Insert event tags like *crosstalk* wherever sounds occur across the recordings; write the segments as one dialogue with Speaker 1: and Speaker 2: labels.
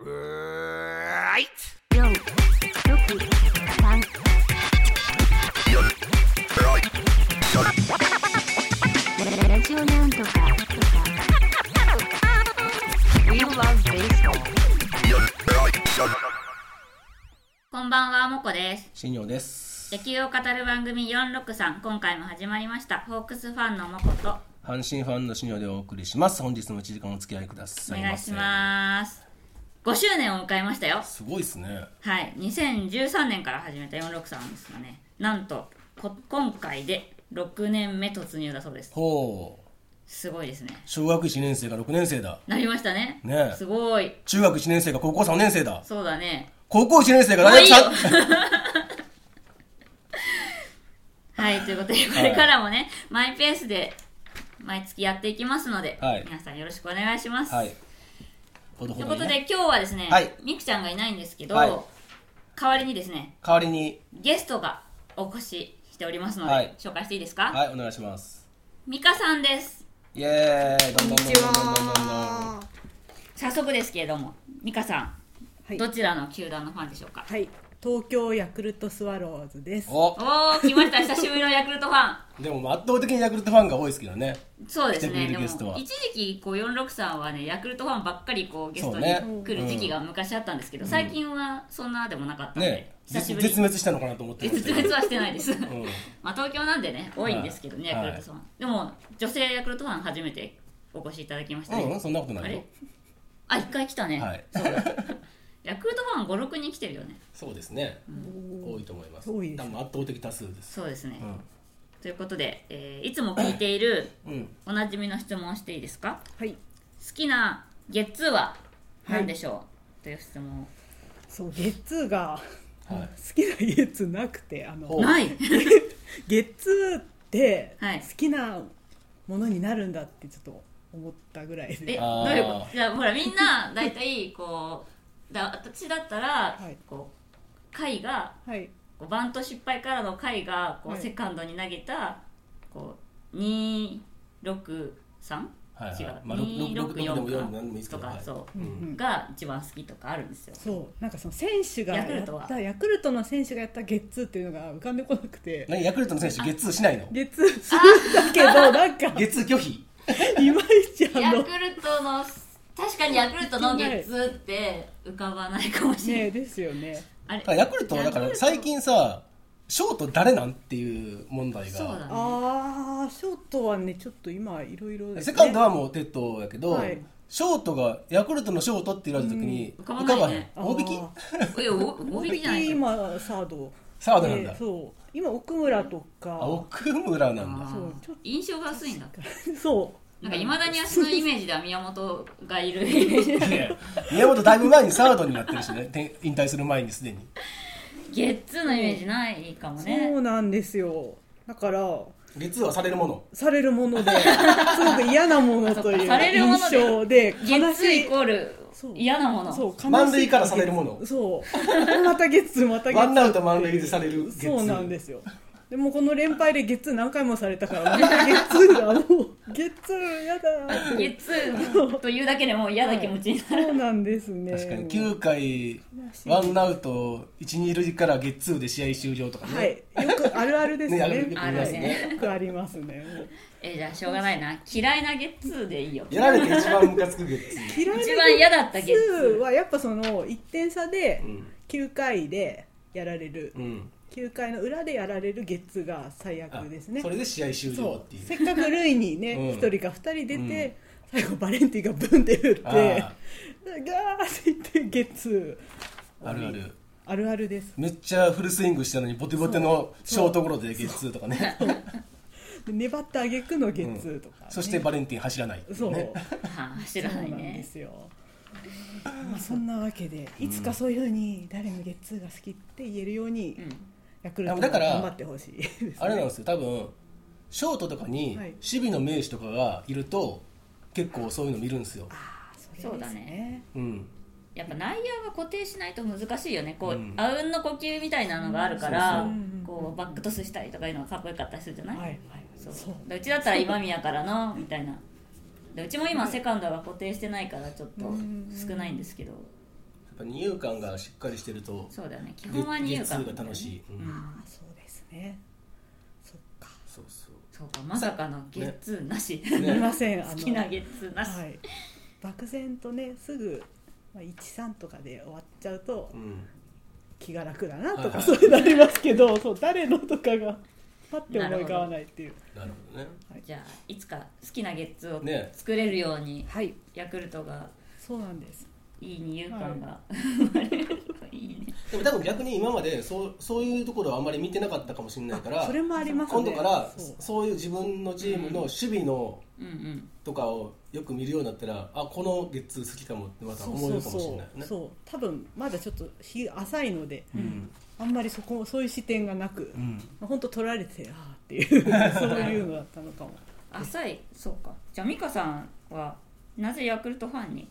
Speaker 1: はい
Speaker 2: 4、6、3、ララジオなんとか、とか。We love baseball.
Speaker 3: こんばんは、もこです。
Speaker 4: 新庄です
Speaker 3: 野球を語る番組463、今回も始まりました。ホークスファンのもこと、
Speaker 4: 阪神ファンの新庄でお送りします本日も1時間お付き合いくだ
Speaker 3: お
Speaker 4: さい
Speaker 3: 願いします。5周年を迎えましたよ。
Speaker 4: すすごいですね
Speaker 3: はい、2013年から始めた463ですかね。なんと、こ今回で6年目突入だそうです。
Speaker 4: ほう
Speaker 3: すごいですね。
Speaker 4: 小学1年生が6年生だ
Speaker 3: なりましたね。
Speaker 4: ねえ
Speaker 3: すごい。
Speaker 4: 中学1年生が高校3年生だ
Speaker 3: そうだね。
Speaker 4: 高校1年生が
Speaker 3: もう
Speaker 4: 大
Speaker 3: いい
Speaker 4: 学
Speaker 3: よ
Speaker 4: 3…
Speaker 3: はい、ということで、これからもね、マイペースで毎月やっていきますので、
Speaker 4: はい
Speaker 3: 皆さんよろしくお願いします。
Speaker 4: はいほど
Speaker 3: とい
Speaker 4: ほ
Speaker 3: う
Speaker 4: ど
Speaker 3: こと
Speaker 4: にね
Speaker 3: で今日はですね、
Speaker 4: はい
Speaker 3: みくちゃんがいないんですけど、
Speaker 4: はい
Speaker 3: 代わりにですね
Speaker 4: 代わりに
Speaker 3: ゲストがお越ししておりますので、
Speaker 4: はい
Speaker 3: 紹介していいですか、
Speaker 4: はいお願いします
Speaker 3: みかさんです
Speaker 4: イエーイどんどんどんどんどんどんどん
Speaker 5: は。
Speaker 3: 早速ですけれどもみかさん
Speaker 5: はい
Speaker 3: ど。ちらの球団のファンでしょうか、
Speaker 5: はい。東京ヤクルトスワローズです。
Speaker 4: お
Speaker 3: おー来ました久しぶりのヤクルトファ
Speaker 4: でも圧倒的にヤクルトファンが多いですけどね
Speaker 3: ンそうです
Speaker 4: 来てくれ
Speaker 3: ね
Speaker 4: る
Speaker 3: でも
Speaker 4: ゲストは
Speaker 3: 一時期こう46さんはねヤクルトファンばっかりこうゲストに
Speaker 4: そうね
Speaker 3: 来る時期が昔あったんですけど、最近はそんなでもなかったので、
Speaker 4: ね
Speaker 3: 久し
Speaker 4: 絶
Speaker 3: ぶり
Speaker 4: 絶滅したのかなと思ってました
Speaker 3: 絶
Speaker 4: けど
Speaker 3: 滅はしてないです、
Speaker 4: うん
Speaker 3: まあ東京なんでね多いんですけどね、
Speaker 4: はい
Speaker 3: ヤクルトさん、でも女性ヤクルトファン初めてお越しいただきましたね、
Speaker 4: うんうんそんなこと
Speaker 3: あ
Speaker 4: ないよ
Speaker 3: れあ一回来たね、
Speaker 4: はい
Speaker 3: そうだヤクルトファン56人来てるよね
Speaker 4: そうですね多いと思います
Speaker 5: 多いです
Speaker 4: 多分圧倒的多数です
Speaker 3: そうですね、
Speaker 4: ん
Speaker 3: ということで、えーいつも聞いている
Speaker 4: うん
Speaker 3: おなじみの質問をしていいですか
Speaker 5: はい。
Speaker 3: 好きなゲッツーは何でしょう、という質問
Speaker 5: そう、ゲッツーが、
Speaker 4: はい
Speaker 5: 好きなゲッツーなくて、あ
Speaker 4: ほう
Speaker 5: の、
Speaker 3: ない *laughs*
Speaker 5: ゲッツーって、
Speaker 3: はい
Speaker 5: 好きなものになるんだってちょっと思ったぐらい
Speaker 3: え
Speaker 5: で。
Speaker 4: あ
Speaker 3: ど
Speaker 4: ー
Speaker 3: ういうことじゃあほらみんな大体こうだ私だったら、
Speaker 5: はい
Speaker 3: こう貝が
Speaker 5: はい。
Speaker 3: こうバント失敗からの回がこう、
Speaker 5: はい
Speaker 3: セカンドに投げたこう263、
Speaker 4: はいはい
Speaker 3: 違う、
Speaker 4: まあ六六六でも四でもいいで
Speaker 3: 264
Speaker 4: す
Speaker 3: かと
Speaker 4: けど
Speaker 3: か、
Speaker 4: はい
Speaker 3: そう
Speaker 5: ん
Speaker 3: う、
Speaker 5: うん
Speaker 3: が一番好きとかあるんですよ
Speaker 5: そうなんかその選手がやった
Speaker 3: ヤクルトは
Speaker 5: ヤクルトの選手がやったゲッツーっていうのが浮かんでこなくて
Speaker 4: 何ヤクルトの選手ゲッツーしないの
Speaker 5: ゲッツーするんだけどなんか
Speaker 4: ゲッツー拒否
Speaker 5: いまいちあ
Speaker 3: ヤ
Speaker 5: の
Speaker 3: クルトの確かにヤクルトのゲッツーって浮かばないかもしれない、
Speaker 5: ねですよね
Speaker 3: あれ
Speaker 4: あヤクルトはだ
Speaker 3: ヤ
Speaker 4: から
Speaker 3: クルト
Speaker 4: 最近さショート誰なんっていう問題
Speaker 3: そうだ
Speaker 4: が
Speaker 3: ね
Speaker 5: ああショートはねちょっと今いろいろ
Speaker 4: セカンドはもう鉄塔やけど、
Speaker 5: はい
Speaker 4: ショートがヤクルトのショートって言われた時に
Speaker 3: うん
Speaker 4: 浮
Speaker 3: 浮
Speaker 4: か
Speaker 3: か
Speaker 4: ば
Speaker 3: ば
Speaker 4: へん
Speaker 3: ないね
Speaker 4: 大引き
Speaker 3: えお大引きじゃないですよ
Speaker 5: 今サード
Speaker 4: サードなんだ、
Speaker 5: でそう今奥村と
Speaker 4: あ
Speaker 5: か
Speaker 4: 奥村なんだ
Speaker 3: あー
Speaker 5: そうちょっ
Speaker 3: 印象が薄いんだ
Speaker 5: とそう
Speaker 3: なんかいまだに足のイメージでは宮本がいるイメージ
Speaker 4: いや宮本だいぶ前にサードになってるしねて引退する前にすでに
Speaker 3: ゲッツーのイメージないかもね
Speaker 5: そうなんですよだから
Speaker 4: ゲッツーはされるもの
Speaker 5: されるも
Speaker 3: *laughs*
Speaker 5: のですごく嫌なものという
Speaker 3: あそっかされるもの
Speaker 5: 印
Speaker 3: で
Speaker 5: 象で
Speaker 3: ゲッ
Speaker 5: 悲し
Speaker 3: ツーイ
Speaker 5: い
Speaker 3: コール
Speaker 5: そう
Speaker 3: 嫌なもの
Speaker 5: そう悲しい
Speaker 4: 満塁からされるもの
Speaker 5: そう *laughs* またゲッツーまたゲッツー
Speaker 4: ワンアウト満塁でされるゲッツー
Speaker 5: そうなんですよでもこの連敗でゲッツー何回もされたからまたゲッツーだもうゲッツーやだーって
Speaker 3: ゲッツーというだけでもう嫌な気持ちになる、
Speaker 5: そうなんですね
Speaker 4: 確かに9回ワンアウト1、2塁からゲッツーで試合終了とかね、
Speaker 5: はいよくあるあるですね
Speaker 4: ねあるあるで
Speaker 3: ありますね
Speaker 5: はいよくありますねもう
Speaker 3: えじゃあしょうがないな嫌いなゲッツーでいいよ
Speaker 4: やられて一番ムカつくゲッツ
Speaker 5: *laughs*
Speaker 4: ー、
Speaker 5: 嫌いな
Speaker 3: 一番嫌だったゲッツー
Speaker 5: はやっぱその1点差で
Speaker 4: うん
Speaker 5: 9回でやられる
Speaker 4: うん
Speaker 5: 9回の裏でやられるゲッツーが最
Speaker 4: あ
Speaker 5: 悪ですね
Speaker 4: それで試合終了って
Speaker 5: そう
Speaker 4: いう
Speaker 5: せっかく塁にね
Speaker 4: うん
Speaker 5: 1人か2人出て、最後バレンティがブンって打ってガ
Speaker 4: あ
Speaker 5: ーって言ってゲッツー
Speaker 4: あるある
Speaker 5: あるあるです
Speaker 4: めっちゃフルスイングしたのにボテボテのショートゴロでゲッツーとかね *laughs* そ
Speaker 5: で粘ってあげくのゲッツーとかね、
Speaker 4: してバレンティン走らないってい
Speaker 5: そう、
Speaker 4: ね
Speaker 3: はあ
Speaker 5: そ
Speaker 3: 知
Speaker 5: う
Speaker 3: ら
Speaker 5: な
Speaker 3: ない
Speaker 5: んで
Speaker 3: ね
Speaker 5: すよ、まあ、そんなわけでいつかそういうふうに誰もゲッツーが好きって言えるように、ヤクルトも
Speaker 4: だ
Speaker 5: 頑
Speaker 4: から
Speaker 5: 張ってほしいです、ね、
Speaker 4: あれなんですよ多分ショートとかに
Speaker 5: はい
Speaker 4: 守備の名手とかがいると結構そういうの見るんですよ、
Speaker 5: れ
Speaker 3: そう
Speaker 5: で
Speaker 3: だ
Speaker 5: す
Speaker 3: ね
Speaker 5: ね
Speaker 4: うん、
Speaker 3: やっぱ内野が固定しないと難しいよねこう、
Speaker 4: うん
Speaker 3: あうんの呼吸みたいなのがあるから、
Speaker 4: うん
Speaker 5: そうそう
Speaker 3: こうバックトスしたりとかいうのがかっこよかったりするじゃない、
Speaker 5: はいはい
Speaker 3: そ
Speaker 5: そうう
Speaker 3: でうちだったら今宮からのみたいなでうちも今セカンドが固定してないからちょっと少ないんですけど、
Speaker 4: ぱ二遊間がしっかりしてると
Speaker 3: そうだよね基
Speaker 4: ゲ
Speaker 3: 本は二遊
Speaker 4: ゲッツ
Speaker 3: 間
Speaker 4: ーが楽しい、うん
Speaker 3: うん
Speaker 5: あそうですねそっか
Speaker 4: そうそう
Speaker 3: そうかまさかのゲッツーなし、
Speaker 5: すみません、あの
Speaker 3: *laughs* 好きなゲッツーなし、
Speaker 5: はい、漠然とねすぐ、まあ、13とかで終わっちゃうと
Speaker 4: うん
Speaker 5: 気が楽だなとか、
Speaker 4: はい
Speaker 5: そういうのありますけどそう誰のとかがパッて思い浮かばないっていう
Speaker 4: なるほどね
Speaker 3: じゃあいつか好きなゲッツーを
Speaker 4: ね
Speaker 3: 作れるように、
Speaker 5: はい
Speaker 3: ヤクルトが
Speaker 5: そうなんです
Speaker 3: いい二遊間が生まれるといいね
Speaker 4: でも多分逆に今までそうそういうところはあんまり見てなかったかもしれないから
Speaker 5: それもありますね
Speaker 4: 今度から
Speaker 5: そう
Speaker 4: そういう自分のチームの守備の
Speaker 3: うんうん
Speaker 4: とかをよく見るようになったらあこのゲッツー好きかもってまた思えるかもしれないよね
Speaker 5: そう多分まだちょっと日浅いので、
Speaker 4: ん
Speaker 5: あんまりそこそういう視点がなく、
Speaker 4: ん
Speaker 5: まあ本当取られてああっていうそういうのだったのかも
Speaker 3: 浅いそうかじゃあ美香さんはなぜヤクルトファンに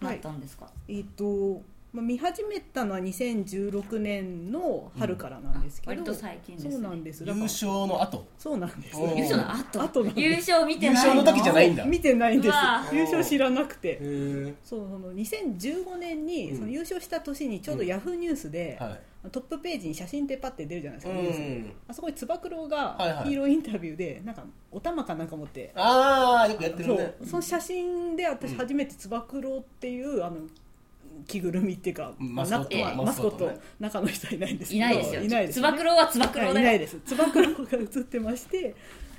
Speaker 3: なったんですか、
Speaker 5: えっ、と、まあ、見始めたのは2016年の春からなんですけど、
Speaker 3: 割と最近ですね
Speaker 5: そうなんですだ
Speaker 4: 優
Speaker 5: から
Speaker 4: 勝の後
Speaker 5: そうなんです
Speaker 4: おー
Speaker 3: 優勝の後
Speaker 5: 後なんです
Speaker 3: 優勝見てない
Speaker 4: 優勝の時じゃないんだ
Speaker 5: 見てないんです
Speaker 3: うわ
Speaker 4: ー
Speaker 5: 優勝知らなくて
Speaker 4: へ
Speaker 5: そうその2015年に、
Speaker 4: うん
Speaker 5: その優勝した年にちょうどヤフーニュースで
Speaker 4: え、はい
Speaker 5: トップページに写真ってパッて出るじゃないです
Speaker 4: う
Speaker 5: か、ニュース
Speaker 4: ん
Speaker 5: あそこにつば九郎
Speaker 4: はい
Speaker 5: が
Speaker 4: はい
Speaker 5: ヒーローインタビューで、なんかお玉かなんか持って
Speaker 4: ああよくやって
Speaker 5: そ
Speaker 4: るね
Speaker 5: うその写真で私
Speaker 4: うん
Speaker 5: 初めてつば九郎っていうあの着ぐるみっていうか、
Speaker 4: マスコット
Speaker 5: なまあマ
Speaker 4: マ
Speaker 5: ス
Speaker 4: ス
Speaker 5: コ
Speaker 4: コ
Speaker 5: ッ
Speaker 4: ッ
Speaker 5: ト
Speaker 4: トね
Speaker 5: 中の人はいないんですけど
Speaker 3: いないですよ
Speaker 5: いないです
Speaker 3: つば九郎はつば九郎
Speaker 5: はいい
Speaker 3: だ
Speaker 5: な
Speaker 3: よ
Speaker 5: いですつば九郎が写ってまして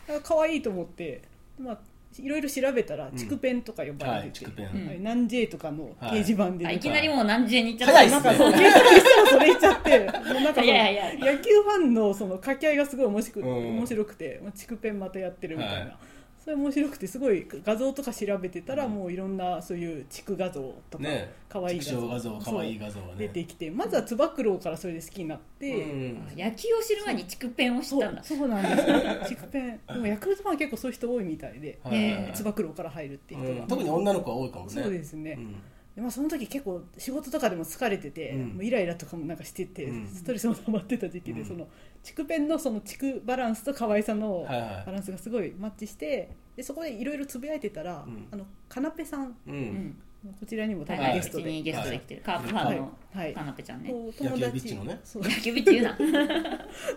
Speaker 5: あ可愛いと思ってまあいろいろ調べたら
Speaker 4: ん
Speaker 5: 竹ペンとか呼ば
Speaker 4: は
Speaker 5: れ
Speaker 4: い
Speaker 5: て
Speaker 4: チ
Speaker 5: て、
Speaker 4: クペ
Speaker 3: うん
Speaker 4: ン
Speaker 5: はい南 J とかの掲示板で、
Speaker 3: あ
Speaker 5: ね
Speaker 3: いきなりもう何時に行っちゃった
Speaker 4: 早いっ
Speaker 5: な
Speaker 4: す
Speaker 5: んかそう
Speaker 4: ね
Speaker 5: 検索したらそれ言っちゃってもうなん
Speaker 4: *laughs*
Speaker 5: かその
Speaker 3: いやいやい
Speaker 5: 野球ファンのその掛け合いがすごい面白く,、
Speaker 4: うん
Speaker 5: 面白くてまあ「チクペンまたやってる」みたいな、
Speaker 4: はい
Speaker 5: それ面白くてすごい画像とか調べてたら、もういろんなそういう地区画像とか
Speaker 4: ね
Speaker 5: 可愛い
Speaker 4: 畜生画像可愛い画像
Speaker 5: そ
Speaker 4: は
Speaker 5: う出
Speaker 4: ね
Speaker 5: てきてまずはつば九郎からそれで好きになって、
Speaker 4: うん
Speaker 3: 野球を知る前に竹ペンを知
Speaker 5: そ
Speaker 3: ったん
Speaker 5: う
Speaker 3: だ
Speaker 5: そうなんです
Speaker 4: *laughs*
Speaker 5: よチクペンでもヤクルトファンは結構そういう人多いみたいで
Speaker 4: はいはいはい
Speaker 5: つば九郎から入るっていう人が、
Speaker 4: うん特に女の子は多いかもね
Speaker 5: そうですね、
Speaker 4: うん
Speaker 5: でまあ、その時結構仕事とかでも疲れてて、
Speaker 4: うん
Speaker 5: もうイライラとかもなんかしてて、
Speaker 4: うん
Speaker 5: ストレスも溜まってた時期で、
Speaker 4: うん
Speaker 5: その竹ペンのその竹バランスと可愛さの
Speaker 4: はいはい
Speaker 5: バランスがすごいマッチしてでそこでいろいろつぶやいてたら、
Speaker 4: うん
Speaker 5: あのカナペさん
Speaker 4: う
Speaker 3: うんん
Speaker 5: こちらにも多
Speaker 3: は
Speaker 5: 分ゲ
Speaker 3: いゲ
Speaker 5: ス
Speaker 3: ス
Speaker 5: ト
Speaker 3: ト
Speaker 5: で、
Speaker 3: にゲストで来てるカープファンの
Speaker 5: はい
Speaker 3: かなぺちゃんね
Speaker 5: こう
Speaker 4: 野
Speaker 5: 友
Speaker 4: 球ビッ
Speaker 5: 達
Speaker 4: チのね
Speaker 5: そう
Speaker 3: 野球部って言うな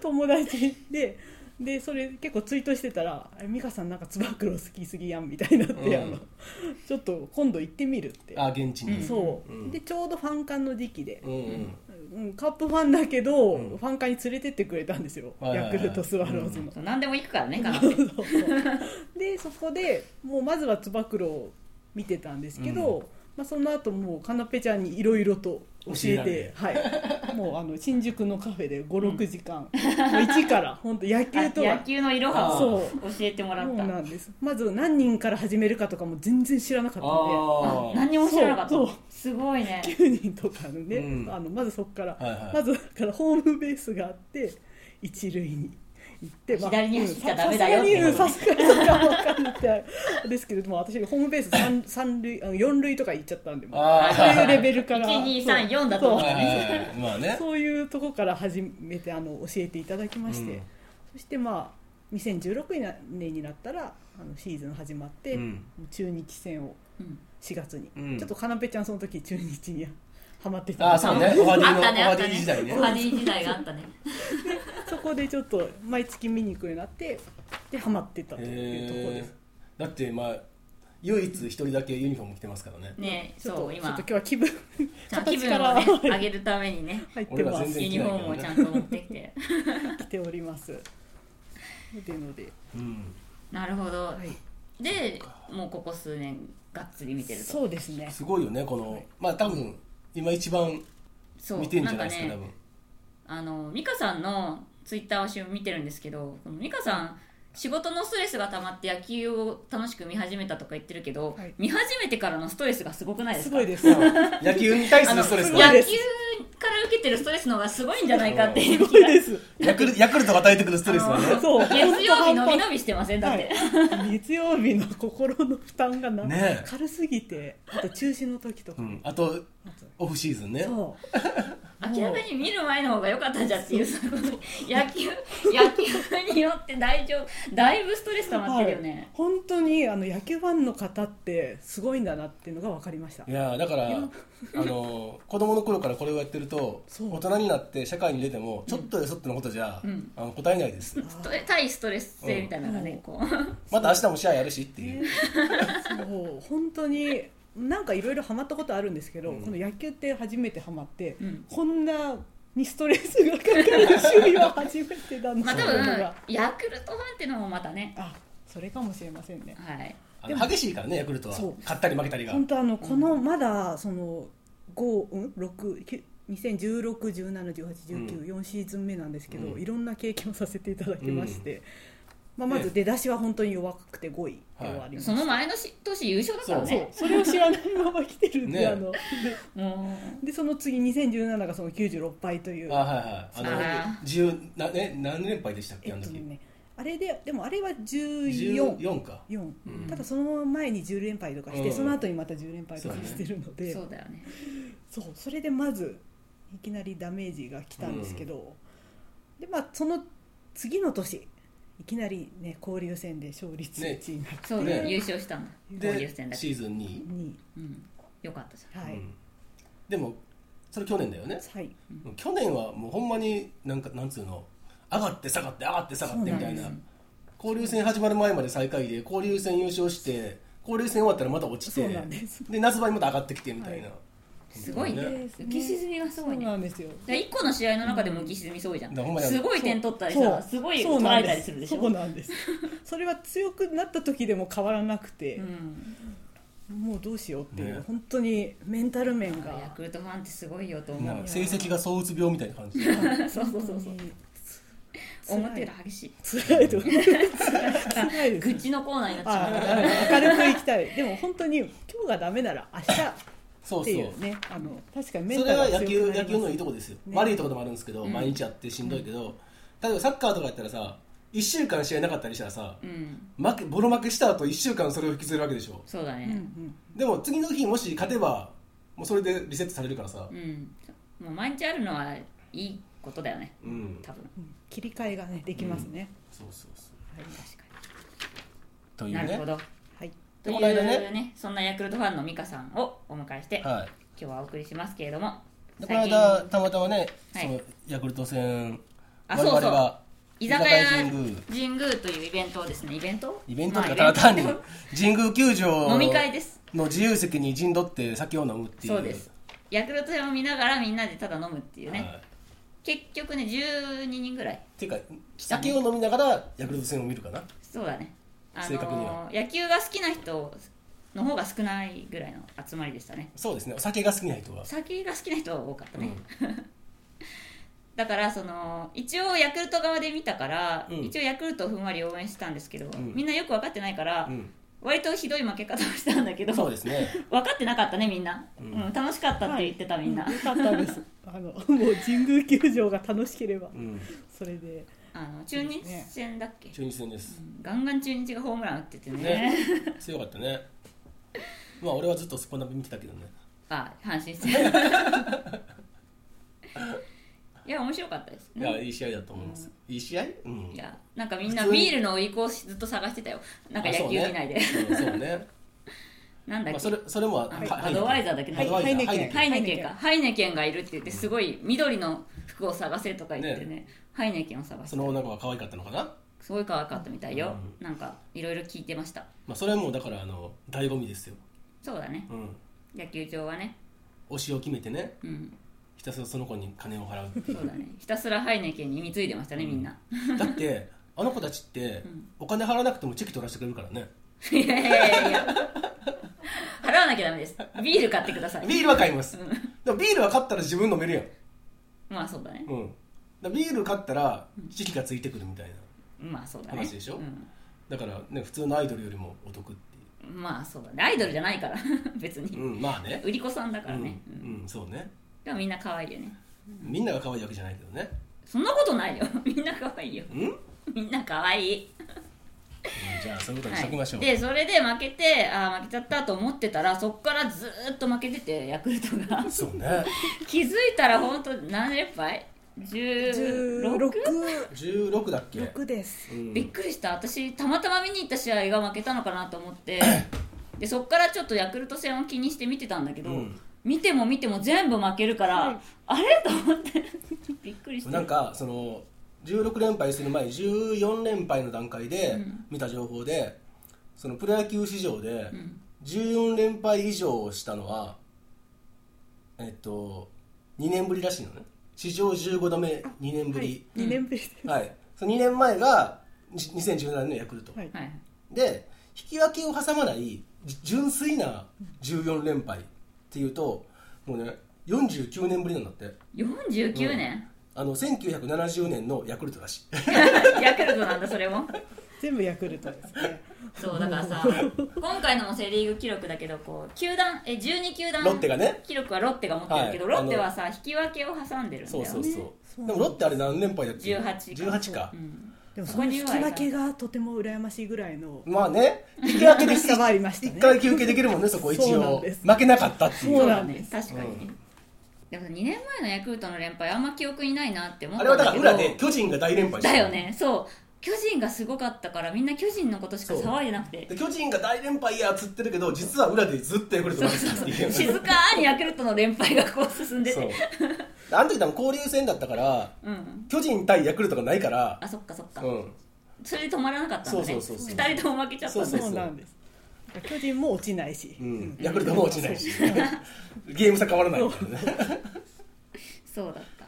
Speaker 5: 友達ででそれ結構ツイートしてたら「美香さんなんかつば九郎好きすぎやん」みたいになって、
Speaker 4: うん
Speaker 5: あのちょっと今度行ってみるって
Speaker 4: あ現地に
Speaker 5: そう、
Speaker 4: うん
Speaker 5: でちょうどファン間の時期で、
Speaker 4: うんうん
Speaker 5: うん、カップファンだけど、
Speaker 4: う
Speaker 5: フ
Speaker 4: ん
Speaker 5: ァン会に連れてってくれたんですよ、
Speaker 4: はいはいはい
Speaker 5: ヤクルトスワローズの。
Speaker 3: そう何でも行くからねカナペ
Speaker 5: そうそうでそこでもうまずはつば九郎を見てたんですけど、
Speaker 4: う
Speaker 5: まあ、その後もうかなぺちゃんにいろいろと教え
Speaker 4: 教え
Speaker 5: てはい、もうあの新宿のカフェで56時
Speaker 4: *laughs*
Speaker 5: 間、もう一から本当野球と
Speaker 3: あ
Speaker 5: は
Speaker 3: 野球のいろはを
Speaker 5: そう
Speaker 3: 教えてもら
Speaker 5: そう
Speaker 3: った
Speaker 5: なんですまず何人から始めるかとかも全然知らなかったん
Speaker 4: あ
Speaker 3: 何にも知らなかった
Speaker 5: そうそう
Speaker 3: すごいね
Speaker 5: で9人とかのね、
Speaker 4: うん
Speaker 5: あのまずそこから。
Speaker 4: あはいはい
Speaker 5: まずだからホームベースがあって一塁に行って、
Speaker 3: 左に走っちゃダメだよって
Speaker 5: うんさすがにうんさすがにそれは分かんないですけれども私ホームベース三三塁あの四塁とか行っちゃったんでもう
Speaker 4: あー
Speaker 5: そういうレベルから
Speaker 3: 1 2 3 4だと
Speaker 5: そう
Speaker 3: 思う
Speaker 4: はいはいはいまあね
Speaker 5: そういうとこから始めてあの教えていただきまして、
Speaker 4: うん
Speaker 5: そしてまあ2016年になったらあのシーズン始まって、
Speaker 4: うん
Speaker 5: 中日戦を
Speaker 3: うん
Speaker 5: 4月に、
Speaker 4: うん
Speaker 5: ちょっとかなぺちゃんその時中日にハマって
Speaker 4: あ
Speaker 5: た
Speaker 4: あそうねオハディ
Speaker 3: あっ
Speaker 4: のオ
Speaker 3: たねあ
Speaker 4: ハ
Speaker 3: った
Speaker 4: デ
Speaker 3: ね
Speaker 4: ィ時代ね
Speaker 3: オハディ時代があったね
Speaker 5: そこでちょっと毎月見に行くようになってでハマってたというところで
Speaker 4: へ
Speaker 5: す。
Speaker 4: ーだってまあ唯一一人だけユニフォーム着てますからね
Speaker 3: ね
Speaker 5: ちょっと
Speaker 3: そう
Speaker 5: ちょっ
Speaker 3: 今
Speaker 5: と今日は気分
Speaker 3: ちゃんと気分をね上げるためにね
Speaker 5: 入って
Speaker 4: 俺ら
Speaker 5: ま
Speaker 4: 全
Speaker 5: す
Speaker 4: 然
Speaker 3: ユニフォームをちゃんと持ってきて
Speaker 5: 来ております。でので、
Speaker 4: うん
Speaker 3: なるほど
Speaker 5: はい、
Speaker 3: でもうここ数年がっつり見てると
Speaker 5: そうですね。
Speaker 4: すごいよねこのまあ多分今一番
Speaker 3: そう
Speaker 4: 見てんじゃないですか
Speaker 3: ん
Speaker 4: 多
Speaker 3: ね
Speaker 4: 分
Speaker 3: あの美香さんのツイッターを私も見てるんですけどこの美香さん仕事のストレスが溜まって野球を楽しく見始めたとか言ってるけど、
Speaker 5: はい
Speaker 3: 見始めてからのストレスがすごくないです
Speaker 5: す
Speaker 3: か
Speaker 5: ごいです。す
Speaker 4: 野球に対す
Speaker 3: あ
Speaker 4: る
Speaker 3: の
Speaker 4: ストレス
Speaker 5: すごい
Speaker 4: が
Speaker 3: 野
Speaker 5: です
Speaker 3: 球から受けてるストレスの方がすごいんじゃないかってい
Speaker 5: ご
Speaker 3: う
Speaker 5: いです。
Speaker 4: ヤクルヤクルトが与えてくるストレスはね
Speaker 5: そう。
Speaker 3: 月曜日のびの
Speaker 5: び。
Speaker 3: びしてませんだっ
Speaker 5: は
Speaker 3: て、
Speaker 5: い、月曜日の心の負担がな、
Speaker 4: ねえ
Speaker 5: 軽すぎてあと中止の時とか、
Speaker 4: うんあとオフシーズンね
Speaker 5: そう
Speaker 3: 明らかに見る前の方が良かったじゃんっていうその野球野球によって大丈夫だいぶストレス溜まってるよね、
Speaker 5: 本当にあの野球ファンの方ってすごいんだなっていうのが分かりました
Speaker 4: いやーだから
Speaker 5: いや
Speaker 4: あの子供の頃からこれをやってると
Speaker 5: そう
Speaker 4: 大人になって社会に出てもちょっとよそってのことじゃ、
Speaker 3: うん
Speaker 4: あの答えないです
Speaker 3: ストレ対ストレス性みたいなのがね、
Speaker 5: うん
Speaker 3: こう
Speaker 4: また明日も試合やるしっていう、
Speaker 5: そう本当になんかいろいろハマったことあるんですけど、
Speaker 4: うん
Speaker 5: この野球って初めてハマって、
Speaker 3: うん
Speaker 5: こんなにストレスがかかる趣味は初めてだな
Speaker 3: まあ多
Speaker 5: っていうの
Speaker 3: 分
Speaker 5: が
Speaker 3: ヤクルトファンっていうのもまたね
Speaker 5: あそれかもしれませんね
Speaker 3: はい
Speaker 4: あ
Speaker 5: で
Speaker 4: の
Speaker 5: も
Speaker 4: 激しいからねヤクルトは
Speaker 5: そう
Speaker 4: 勝ったり負けたりが
Speaker 5: 本当あのこのまだその5うん6 9 2016、17、18、19、4シーズン目なんですけど、
Speaker 4: うん
Speaker 5: いろんな経験をさせていただきまして、まあ、まず出だしは本当に弱くて5位で終わりました、
Speaker 3: その前のし年優勝だから
Speaker 5: そう
Speaker 3: ね
Speaker 5: それを知らないまま来てるんで、
Speaker 4: ね
Speaker 5: あので
Speaker 3: も
Speaker 5: でその次2017がその96敗という
Speaker 4: あはいはいあ
Speaker 3: あ
Speaker 4: の十なえ何連敗でしたっ
Speaker 5: え
Speaker 4: けあ
Speaker 5: っ
Speaker 4: の
Speaker 5: と
Speaker 4: 時、
Speaker 5: ねあれででもあれは14
Speaker 4: 14 14か
Speaker 5: 4
Speaker 4: うん
Speaker 5: ただその前に10連敗とかして、
Speaker 4: うん
Speaker 5: その後にまた10連敗とかしてるの
Speaker 3: う
Speaker 5: で
Speaker 3: そうだよね
Speaker 5: そうそれでまずいきなりダメージが来たんですけど、でまあその次の年いきなりね交流戦で勝率
Speaker 4: ね
Speaker 5: 1位になっ
Speaker 3: そうだよ、
Speaker 4: ね
Speaker 3: 優勝したんだ交流
Speaker 4: で
Speaker 3: 戦だけ
Speaker 4: シーズン2位、
Speaker 5: に、
Speaker 3: うん、よかったじゃん
Speaker 5: はい
Speaker 4: うんでもそれ去年だよね
Speaker 5: はい、
Speaker 4: 去年はもうほんまになんかなんつうの上がって下がって上がって下がってみたいな
Speaker 3: そうなん
Speaker 4: 交流戦始まる前まで最下位で交流戦優勝して交流戦終わったらまた落ちて
Speaker 5: そうなんです
Speaker 4: 夏場にまた上がってきてみたいな、
Speaker 5: は
Speaker 3: すごいね
Speaker 5: で
Speaker 3: 浮き沈みがすごいね
Speaker 5: そうなんですよ
Speaker 3: だ1個の試合の中でも浮き沈みそうじゃん、
Speaker 4: だからほんまにあの
Speaker 3: すごい点取ったりしたら
Speaker 5: そう
Speaker 3: すごい
Speaker 5: そう
Speaker 3: 取
Speaker 5: な
Speaker 3: ら
Speaker 5: ん
Speaker 3: れたりするでしょ
Speaker 5: そうなん
Speaker 3: *laughs*
Speaker 5: ですそれは強くなった時でも変わらなくて、
Speaker 3: うん、
Speaker 5: もうどうしようっていう、
Speaker 4: ね
Speaker 5: 本当にメンタル面
Speaker 3: ヤ
Speaker 5: が
Speaker 3: クルトファンってすごいよと
Speaker 4: な
Speaker 3: 思
Speaker 4: ん
Speaker 3: う
Speaker 4: か成績が総うつ病みたいな感じ
Speaker 3: そうそうそうそう
Speaker 5: 辛い
Speaker 3: 表裏激しい
Speaker 5: 辛いと思う辛いです
Speaker 3: 愚痴のコーナーになってしま
Speaker 5: あ
Speaker 3: っ
Speaker 5: 明るくいきたいでも本当に今日がダメなら明日
Speaker 4: そう
Speaker 5: っ
Speaker 4: そ
Speaker 5: て
Speaker 4: う
Speaker 5: いうねあの確かにメン
Speaker 4: そ
Speaker 5: タ
Speaker 4: れ
Speaker 5: ル
Speaker 4: は
Speaker 5: 強くな
Speaker 4: 野球
Speaker 5: り
Speaker 4: 野球の
Speaker 5: ます
Speaker 4: いいとこですよ、
Speaker 5: ね
Speaker 4: 悪いとこでもあるんですけど、
Speaker 3: うん
Speaker 4: 毎日やってしんどいけど例えばサッカーとかやったらさ1週間試合なかったりしたらさ
Speaker 3: た、うん、
Speaker 4: 負けボロ負けした後1週間それを引きずるわけでしょ
Speaker 3: そうだ
Speaker 5: うんう
Speaker 3: ね
Speaker 5: ん
Speaker 4: でも次の日もし勝てばもうそれでリセットされるからさ
Speaker 3: うん、もう毎日あるのはいいことだよね
Speaker 4: うん
Speaker 3: 多分
Speaker 5: うん切り替えがねできますね、
Speaker 4: そうそうそう
Speaker 3: 確か
Speaker 4: とい
Speaker 3: に
Speaker 4: う
Speaker 3: な
Speaker 4: ね
Speaker 3: るほど
Speaker 5: はい
Speaker 3: とい
Speaker 4: この間
Speaker 3: う
Speaker 4: ね
Speaker 3: ねそんなヤクルトファンの美香さんをお迎えして今
Speaker 4: はい
Speaker 3: 日はお送りしますけれども
Speaker 4: でこの
Speaker 3: 最
Speaker 4: 間
Speaker 3: 近
Speaker 4: たまたまね、
Speaker 3: はい
Speaker 4: そのヤクルト戦
Speaker 3: あそうそう居酒屋
Speaker 4: 神宮
Speaker 3: 神宮というイベントをですねイベント
Speaker 4: イベントと
Speaker 3: ま
Speaker 4: か
Speaker 3: あ
Speaker 4: ただ単に
Speaker 3: イベン
Speaker 4: 神宮球場
Speaker 3: ト飲み会
Speaker 4: *laughs*
Speaker 3: です
Speaker 4: の自由席に陣取って酒を飲むっていう
Speaker 3: そうですヤクルト戦を見ながらみんなでただ飲むっていうね、
Speaker 4: はいっ
Speaker 3: 結局ね12人ぐらい
Speaker 4: ていうか
Speaker 3: たね
Speaker 4: 酒を飲みながらヤクルト戦を見るかな
Speaker 3: そうだねあ
Speaker 4: 正確に
Speaker 3: の
Speaker 4: は
Speaker 3: 野球が好きな人の方が少ないぐらいの集まりでしたね
Speaker 4: そうですねお酒が好きな人は、
Speaker 3: 酒が好きな人は多かった
Speaker 4: う
Speaker 3: ね、
Speaker 4: ん
Speaker 3: だからその一応ヤクルト側で見たから、
Speaker 4: うん
Speaker 3: 一応ヤクルトをふんわり応援してたんですけど、
Speaker 4: ん
Speaker 3: みんなよく分かってないから、
Speaker 4: うん
Speaker 3: 割とひどい負け方をしたんだけど
Speaker 4: そうですね
Speaker 3: 分かってなかったねみんな、う
Speaker 4: うん
Speaker 3: ん楽しかったって言ってた、みんな、
Speaker 5: うよかったですあのもう神宮球場が楽しければ
Speaker 4: うん
Speaker 5: それで
Speaker 3: あの中日戦だっけ、
Speaker 4: 中日戦です
Speaker 3: ガンガン中日がホームラン打っててね
Speaker 4: ね強かったねまあ俺はずっとスポナビ見てたけどね
Speaker 3: あ阪神戦いや面白かったです
Speaker 4: いやいい試合だと思います、いい試合うん
Speaker 3: いやなんかみんな
Speaker 4: 普通に
Speaker 3: ビールのおいこをずっと探してたよなんか
Speaker 4: あ
Speaker 3: 野球見ないで、
Speaker 4: そうねうんそうね
Speaker 3: なんだっけ、
Speaker 4: まあ、それそれも
Speaker 3: あ
Speaker 4: は
Speaker 3: バドワイザーだっけ
Speaker 4: ハイ
Speaker 5: ハイネケン
Speaker 4: ハイ
Speaker 3: ハイ
Speaker 4: ネケン
Speaker 3: ネケンかハイネケンがいるって言ってすごい緑の服を探せとか言ってねハイネケンを探して
Speaker 4: その女の子が可愛かったのかな、
Speaker 3: すごい可愛かったみたいよ、なんかいろいろ聞いてました
Speaker 4: まあ、それはもうだからあの醍醐味ですよ、
Speaker 3: そうだね
Speaker 4: うん、
Speaker 3: 野球場はね
Speaker 4: 推しを決めてね
Speaker 3: うん
Speaker 4: ひたすらその子に金を払うって
Speaker 3: そ
Speaker 4: いう
Speaker 3: だね *laughs* ひたすらハイネケンに貢いでましたねみんな、 *laughs*
Speaker 4: うだってあの子たちってお金払わなくてもチェキ取らせてくれるからね
Speaker 3: いやいやいや払わなきゃダメですビール買ってください
Speaker 4: ビールは買いますでもビールは買ったら自分飲めるやん、
Speaker 3: まあそうだね
Speaker 4: うん、だからビール買ったらチェキがついてくるみたいな
Speaker 3: まあそうだね
Speaker 4: 話でしょ
Speaker 3: うん
Speaker 4: だからね普通のアイドルよりもお得ってい
Speaker 3: まあそうだねアイドルじゃないから *laughs* 別に、
Speaker 4: う、うん、まあね
Speaker 3: 売り子さんだか
Speaker 4: う
Speaker 3: ら
Speaker 4: ん
Speaker 3: ね、うん、
Speaker 4: うん、そうね
Speaker 3: でもみんな可愛いよね
Speaker 4: みんなが可愛いわけじゃないけどね
Speaker 3: *laughs* そんなことないよみんな可愛いよ
Speaker 4: うん
Speaker 3: みんな可愛い
Speaker 4: じゃあそういうことに
Speaker 3: は
Speaker 4: しときましょ、
Speaker 3: いうでそれで負けてああ負けちゃったと思ってたらそこからずーっと負けててヤクルトが *laughs*
Speaker 4: そうね
Speaker 3: 気づいたら本当何連敗 16?
Speaker 5: 16
Speaker 4: 16だっけ、
Speaker 5: 6です
Speaker 4: うん
Speaker 3: びっくりした私たまたま見に行った試合が負けたのかなと思って
Speaker 4: *coughs*
Speaker 3: でそっからちょっとヤクルト戦を気にして見てたんだけど、
Speaker 4: うん
Speaker 3: 見ても見ても全部負けるから、
Speaker 5: はい
Speaker 3: あれと思って *laughs* びっくりして
Speaker 4: なんかその16連敗する前14連敗の段階で
Speaker 3: うん
Speaker 4: 見た情報で、そのプロ野球史上で
Speaker 3: うん
Speaker 4: 14連敗以上をしたのはえっと2年ぶりらしいのね史上15度目2年ぶり
Speaker 5: 2年ぶりで
Speaker 4: はい、その2年前がじ2017年のヤクルト、
Speaker 5: はい
Speaker 3: はい、
Speaker 4: で引き分けを挟まないじ純粋な14連敗っていうともうね49年ぶりなんだって
Speaker 3: 49年、
Speaker 4: あの1970年のヤクルトらし
Speaker 3: *laughs*
Speaker 4: い
Speaker 3: ヤクルトなんだそれも
Speaker 5: 全部ヤクルトですね
Speaker 3: そうだから
Speaker 4: *laughs*
Speaker 3: さ今回のもセ・リーグ記録だけどこう球団え12球団
Speaker 4: ロッテがね
Speaker 3: 記録はロッテが持ってるけど、
Speaker 4: はい
Speaker 3: ロッテはさ引き分けを挟んでるんだ
Speaker 4: そ
Speaker 3: よ
Speaker 4: う
Speaker 3: ね
Speaker 4: そうそう
Speaker 5: ね
Speaker 4: でもロッテあれ何連敗だっけ
Speaker 3: 18か
Speaker 4: 18か
Speaker 3: うん
Speaker 5: でもその引き分けがとても羨ましいぐらいの
Speaker 4: まあね引き分けで
Speaker 5: *laughs* 差はありましたね
Speaker 4: 1回休憩できるもんねそこ一
Speaker 5: そうなん
Speaker 4: 応
Speaker 5: です
Speaker 4: 負けなかったってい
Speaker 5: そうう
Speaker 3: そう
Speaker 5: な
Speaker 3: だ
Speaker 5: ん
Speaker 3: ね
Speaker 5: です
Speaker 3: 確かに、
Speaker 4: うん
Speaker 3: でも2年前のヤクルトの連敗あんま記憶にないなって思っ
Speaker 4: あ
Speaker 3: た
Speaker 4: れはだから
Speaker 3: ん
Speaker 4: 裏
Speaker 3: けど
Speaker 4: で巨人が大連敗した
Speaker 3: だよねそう巨人がすごかったからみんな巨人のことしか騒いでなくて
Speaker 4: で巨人が大連敗やっつってるけど実は裏でずっとヤクルト
Speaker 3: そう
Speaker 4: 負けて
Speaker 3: そ
Speaker 4: たって *laughs*
Speaker 3: う
Speaker 4: い
Speaker 3: そう *laughs* う静かにヤクルトの連敗がこう進んで
Speaker 4: そう
Speaker 3: て
Speaker 4: あの時多分交流戦だったから
Speaker 3: うん
Speaker 4: 巨人対ヤクルトがないから
Speaker 3: あそっかそっか、
Speaker 4: うん
Speaker 3: それで止まらなかったんだね
Speaker 4: そうそうそうそう
Speaker 3: 2人とも負けちゃったんだ
Speaker 4: そう
Speaker 5: そうなんです巨人も落ちないし、
Speaker 4: うん、ヤクルトも落ちないし、 *laughs* ゲーム差変わらないみたいなね。
Speaker 3: そうだった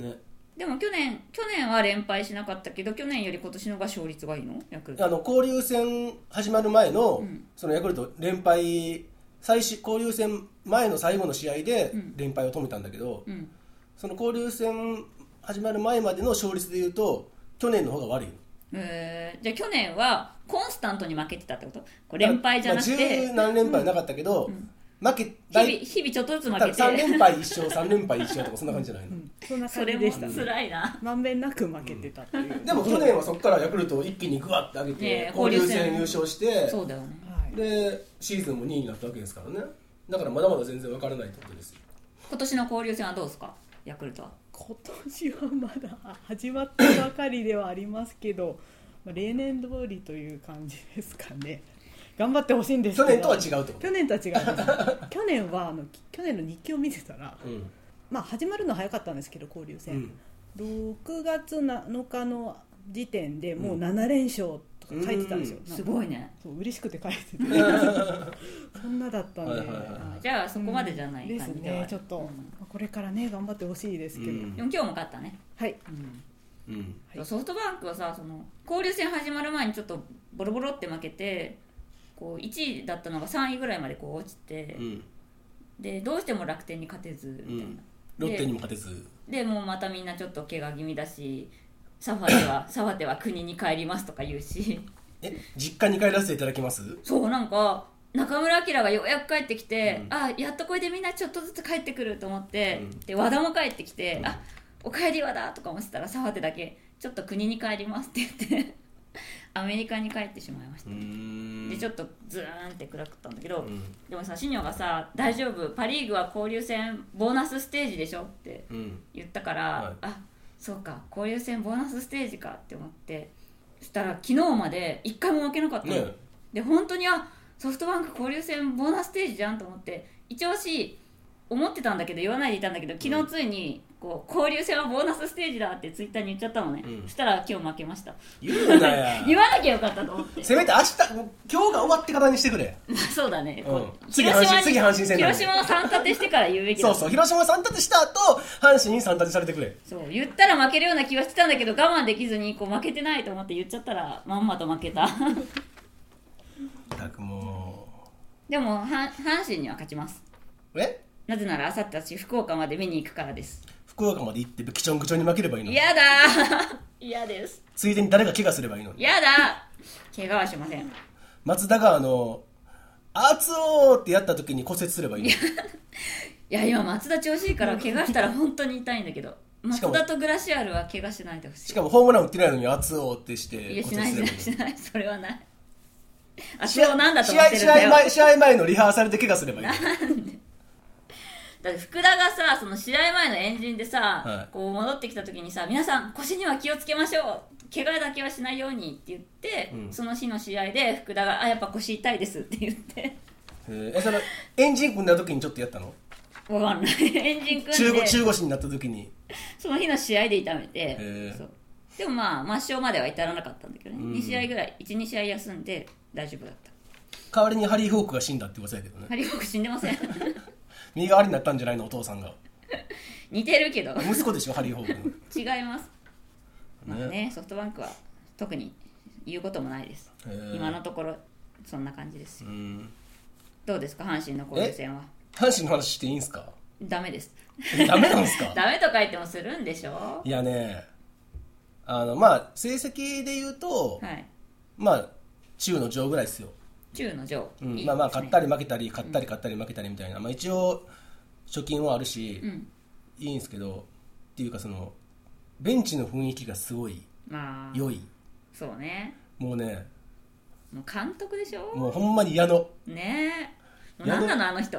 Speaker 4: ね、
Speaker 3: でも去年去年は連敗しなかったけど去年より今年のが勝率がいいのヤクル
Speaker 4: あ
Speaker 3: ト
Speaker 4: の交流戦始まる前の、
Speaker 3: うん
Speaker 4: そのヤクルト連敗最終交流戦前の最後の試合で
Speaker 3: うん
Speaker 4: 連敗を止めたんだけど、
Speaker 3: うん
Speaker 4: その交流戦始まる前までの勝率でいうと去年の方が悪い。
Speaker 3: えー、じゃあ去年はコンスタントに負けてたってことこれ連敗じゃなく
Speaker 4: まあ十
Speaker 3: て、
Speaker 4: 何連敗はなかったけど、
Speaker 3: うん
Speaker 4: 負け
Speaker 3: 日々日々ちょっとずつ負け
Speaker 4: 3連
Speaker 3: て
Speaker 4: 敗1勝3連敗1勝とかそんな感じじゃないの、
Speaker 5: うんそんな
Speaker 3: *laughs* そ
Speaker 5: 感
Speaker 3: れ
Speaker 5: じ
Speaker 3: も
Speaker 5: でしたね
Speaker 3: 辛いな
Speaker 5: まんべんなく負けてたっていう、
Speaker 4: でも去年はそこからヤクルトを一気にグワッて上げて、
Speaker 3: ねえ
Speaker 4: 交流戦
Speaker 3: 交流戦
Speaker 4: 優勝して
Speaker 3: そうだよね
Speaker 5: はい、
Speaker 4: でシーズンも2位になったわけですからねだからまだまだ全然分からないってことですよ
Speaker 3: 今年の交流戦はどうですかヤクルトは
Speaker 5: 今年はまだ始まったばかりではありますけど、まあ、例年通りという感じですかね頑張ってほしいんですけ
Speaker 4: 去
Speaker 5: ど
Speaker 4: 年とは違うってこと
Speaker 5: 去年とは違うです去年はあのき去年の日記を見てたら、
Speaker 4: うん
Speaker 5: まあ、始まるのは早かったんですけど交流
Speaker 4: う
Speaker 5: 戦、
Speaker 4: ん
Speaker 5: 6月7日の時点でもう7連勝とか書いてたんですよ、
Speaker 4: う
Speaker 5: なんか
Speaker 3: すごいね
Speaker 5: そう嬉しくて書い
Speaker 4: *laughs*
Speaker 5: ててそんなだったんで、
Speaker 4: はいはいは
Speaker 3: じゃあそこまでじゃない
Speaker 5: です
Speaker 3: 感じではあ
Speaker 5: ね
Speaker 3: る
Speaker 5: ちょっと、
Speaker 3: うん
Speaker 5: まあこれからね頑張ってほしいですけど、
Speaker 4: うん
Speaker 3: でも今日も勝ったね、
Speaker 5: はい
Speaker 3: うん
Speaker 4: うん
Speaker 5: はい
Speaker 3: ソフトバンクはさその交流戦始まる前にちょっとボロボロって負けてこう1位だったのが3位ぐらいまでこう落ちて、
Speaker 4: うん
Speaker 3: でどうしても楽天に勝てずみたいな、
Speaker 4: ロッテにも勝てず
Speaker 3: でもうまたみんなちょっと怪我気味だしサファテ
Speaker 4: *laughs*
Speaker 3: はサファテは国に帰りますとか言うし
Speaker 4: え実家に帰らせていただきます
Speaker 3: そうなんか中村晃がようやく帰ってきて、
Speaker 4: うん
Speaker 3: あやっとこれでみんなちょっとずつ帰ってくると思って、
Speaker 4: うん
Speaker 3: で和田も帰ってきて「あおかえり和田」とかもしたらサファテだけ「ちょっと国に帰ります」って言って *laughs* アメリカに帰ってしまいました、
Speaker 4: ん
Speaker 3: でちょ
Speaker 4: っ
Speaker 3: っとズーンって暗くったんだけど、
Speaker 4: うん
Speaker 3: でもさシニョがさ「大丈夫パ・リーグは交流戦ボーナスステージでしょ」って
Speaker 4: うん
Speaker 3: 言ったから、
Speaker 4: はい
Speaker 3: あそうか交流戦ボーナスステージかって思ってそしたら昨日まで一回も負けなかったの、
Speaker 4: ねえ
Speaker 3: で本当にあソフトバンク交流戦ボーナスステージじゃんと思って一応し思ってたんだけど言わないでいたんだけど昨日ついにこう交流戦はボーナスステージだってツイッターに言っちゃったのね、
Speaker 4: うん
Speaker 3: そしたら今日負けました
Speaker 4: 言うな
Speaker 3: 言
Speaker 4: や
Speaker 3: わなきゃよかったと思って *laughs*
Speaker 4: せめて明日もう今日が終わってからにしてくれ
Speaker 3: そうだね、
Speaker 4: うん
Speaker 3: こう
Speaker 4: 次阪神
Speaker 3: 広島に
Speaker 4: 次阪神戦なんで
Speaker 3: 広島を3立てしてから言うべきだ
Speaker 4: そうそう広島3立てした後阪神に3立てされてくれ
Speaker 3: そう言ったら負けるような気はしてたんだけど我慢できずにこう負けてないと思って言っちゃったらまんまと負
Speaker 4: *laughs*
Speaker 3: けた
Speaker 4: たくも
Speaker 3: でもは阪神には勝ちます
Speaker 4: うえ
Speaker 3: なぜならあさって私福岡まで見に行くからです
Speaker 4: 福岡まで行ってきちょんくちょんに負ければいいのに
Speaker 3: 嫌だー嫌です
Speaker 4: ついでに誰が怪我すればいいのに
Speaker 3: 嫌だ怪我はしません
Speaker 4: 松田があの「熱おー!」ってやった時に骨折すればいいのに
Speaker 3: いや今松田調子いいから怪我したら本当に痛いんだけど
Speaker 4: し
Speaker 3: 松
Speaker 4: かも
Speaker 3: 田とグラシアルは怪我しないでほしい
Speaker 4: しかもホームラン打ってないのに熱をってして
Speaker 3: いやしないし
Speaker 4: 骨
Speaker 3: な
Speaker 4: 折
Speaker 3: いしないそれはないあそ
Speaker 4: 試
Speaker 3: れ
Speaker 4: 合
Speaker 3: をなんだと思ってるんだ
Speaker 4: 試合
Speaker 3: よ
Speaker 4: 前試合前のリハーサルで怪我すればいい
Speaker 3: だって福田がさその試合前の円陣でさ、
Speaker 4: はい
Speaker 3: こう戻ってきた時にさ皆さん腰には気をつけましょう怪我だけはしないようにって言って、
Speaker 4: うん
Speaker 3: その日の試合で福田が「あやっぱ腰痛いです」って言って *laughs*
Speaker 4: えーえそのエンジン組んだ時にちょっとやったの
Speaker 3: わかんない円陣組
Speaker 4: 中
Speaker 3: ん
Speaker 4: 腰
Speaker 3: で
Speaker 4: 中腰になった時に
Speaker 3: その日の試合で痛めて、
Speaker 4: え
Speaker 3: そうでもまあ抹消までは至らなかったんだけどね、
Speaker 4: うん
Speaker 3: 2試合ぐらい12試合休んで大丈夫だった
Speaker 4: 代わりにハリー・フォークが死んだって噂やけどね
Speaker 3: ハリー・フォーク死んでま
Speaker 4: *laughs*
Speaker 3: せん
Speaker 4: 身代わりになったんじゃないのお父さ
Speaker 3: *laughs*
Speaker 4: んが
Speaker 3: 似てるけど
Speaker 4: 息子でしょハリー・フォーク
Speaker 3: 違います、ま
Speaker 4: の
Speaker 3: あねソフトバンクは特に言うこともないです、
Speaker 4: えー
Speaker 3: 今のところそんな感じですよ
Speaker 4: うん
Speaker 3: どうですか阪神の交流戦は
Speaker 4: 阪神の話していいんすか
Speaker 3: ダメです
Speaker 4: えダメなんすか
Speaker 3: *laughs* ダメとか言ってもするんでしょ
Speaker 4: いやねあのまあ成績で言うと、
Speaker 3: はい
Speaker 4: まあ中の上ぐらいですよ
Speaker 3: 中の上、
Speaker 4: うん
Speaker 3: いい
Speaker 4: まあまあ
Speaker 3: ですね
Speaker 4: 勝ったり負けたり勝ったり勝ったり負けたりみたいな、まあ、一応貯金はあるし、
Speaker 3: ん
Speaker 4: いいんですけどっていうかそのベンチの雰囲気がすごい
Speaker 3: まあ
Speaker 4: 良い
Speaker 3: そうね
Speaker 4: もうね
Speaker 3: もう監督でしょ
Speaker 4: もうほんまに矢野
Speaker 3: ねえもう
Speaker 4: や
Speaker 3: な
Speaker 4: だ
Speaker 3: んなのあの人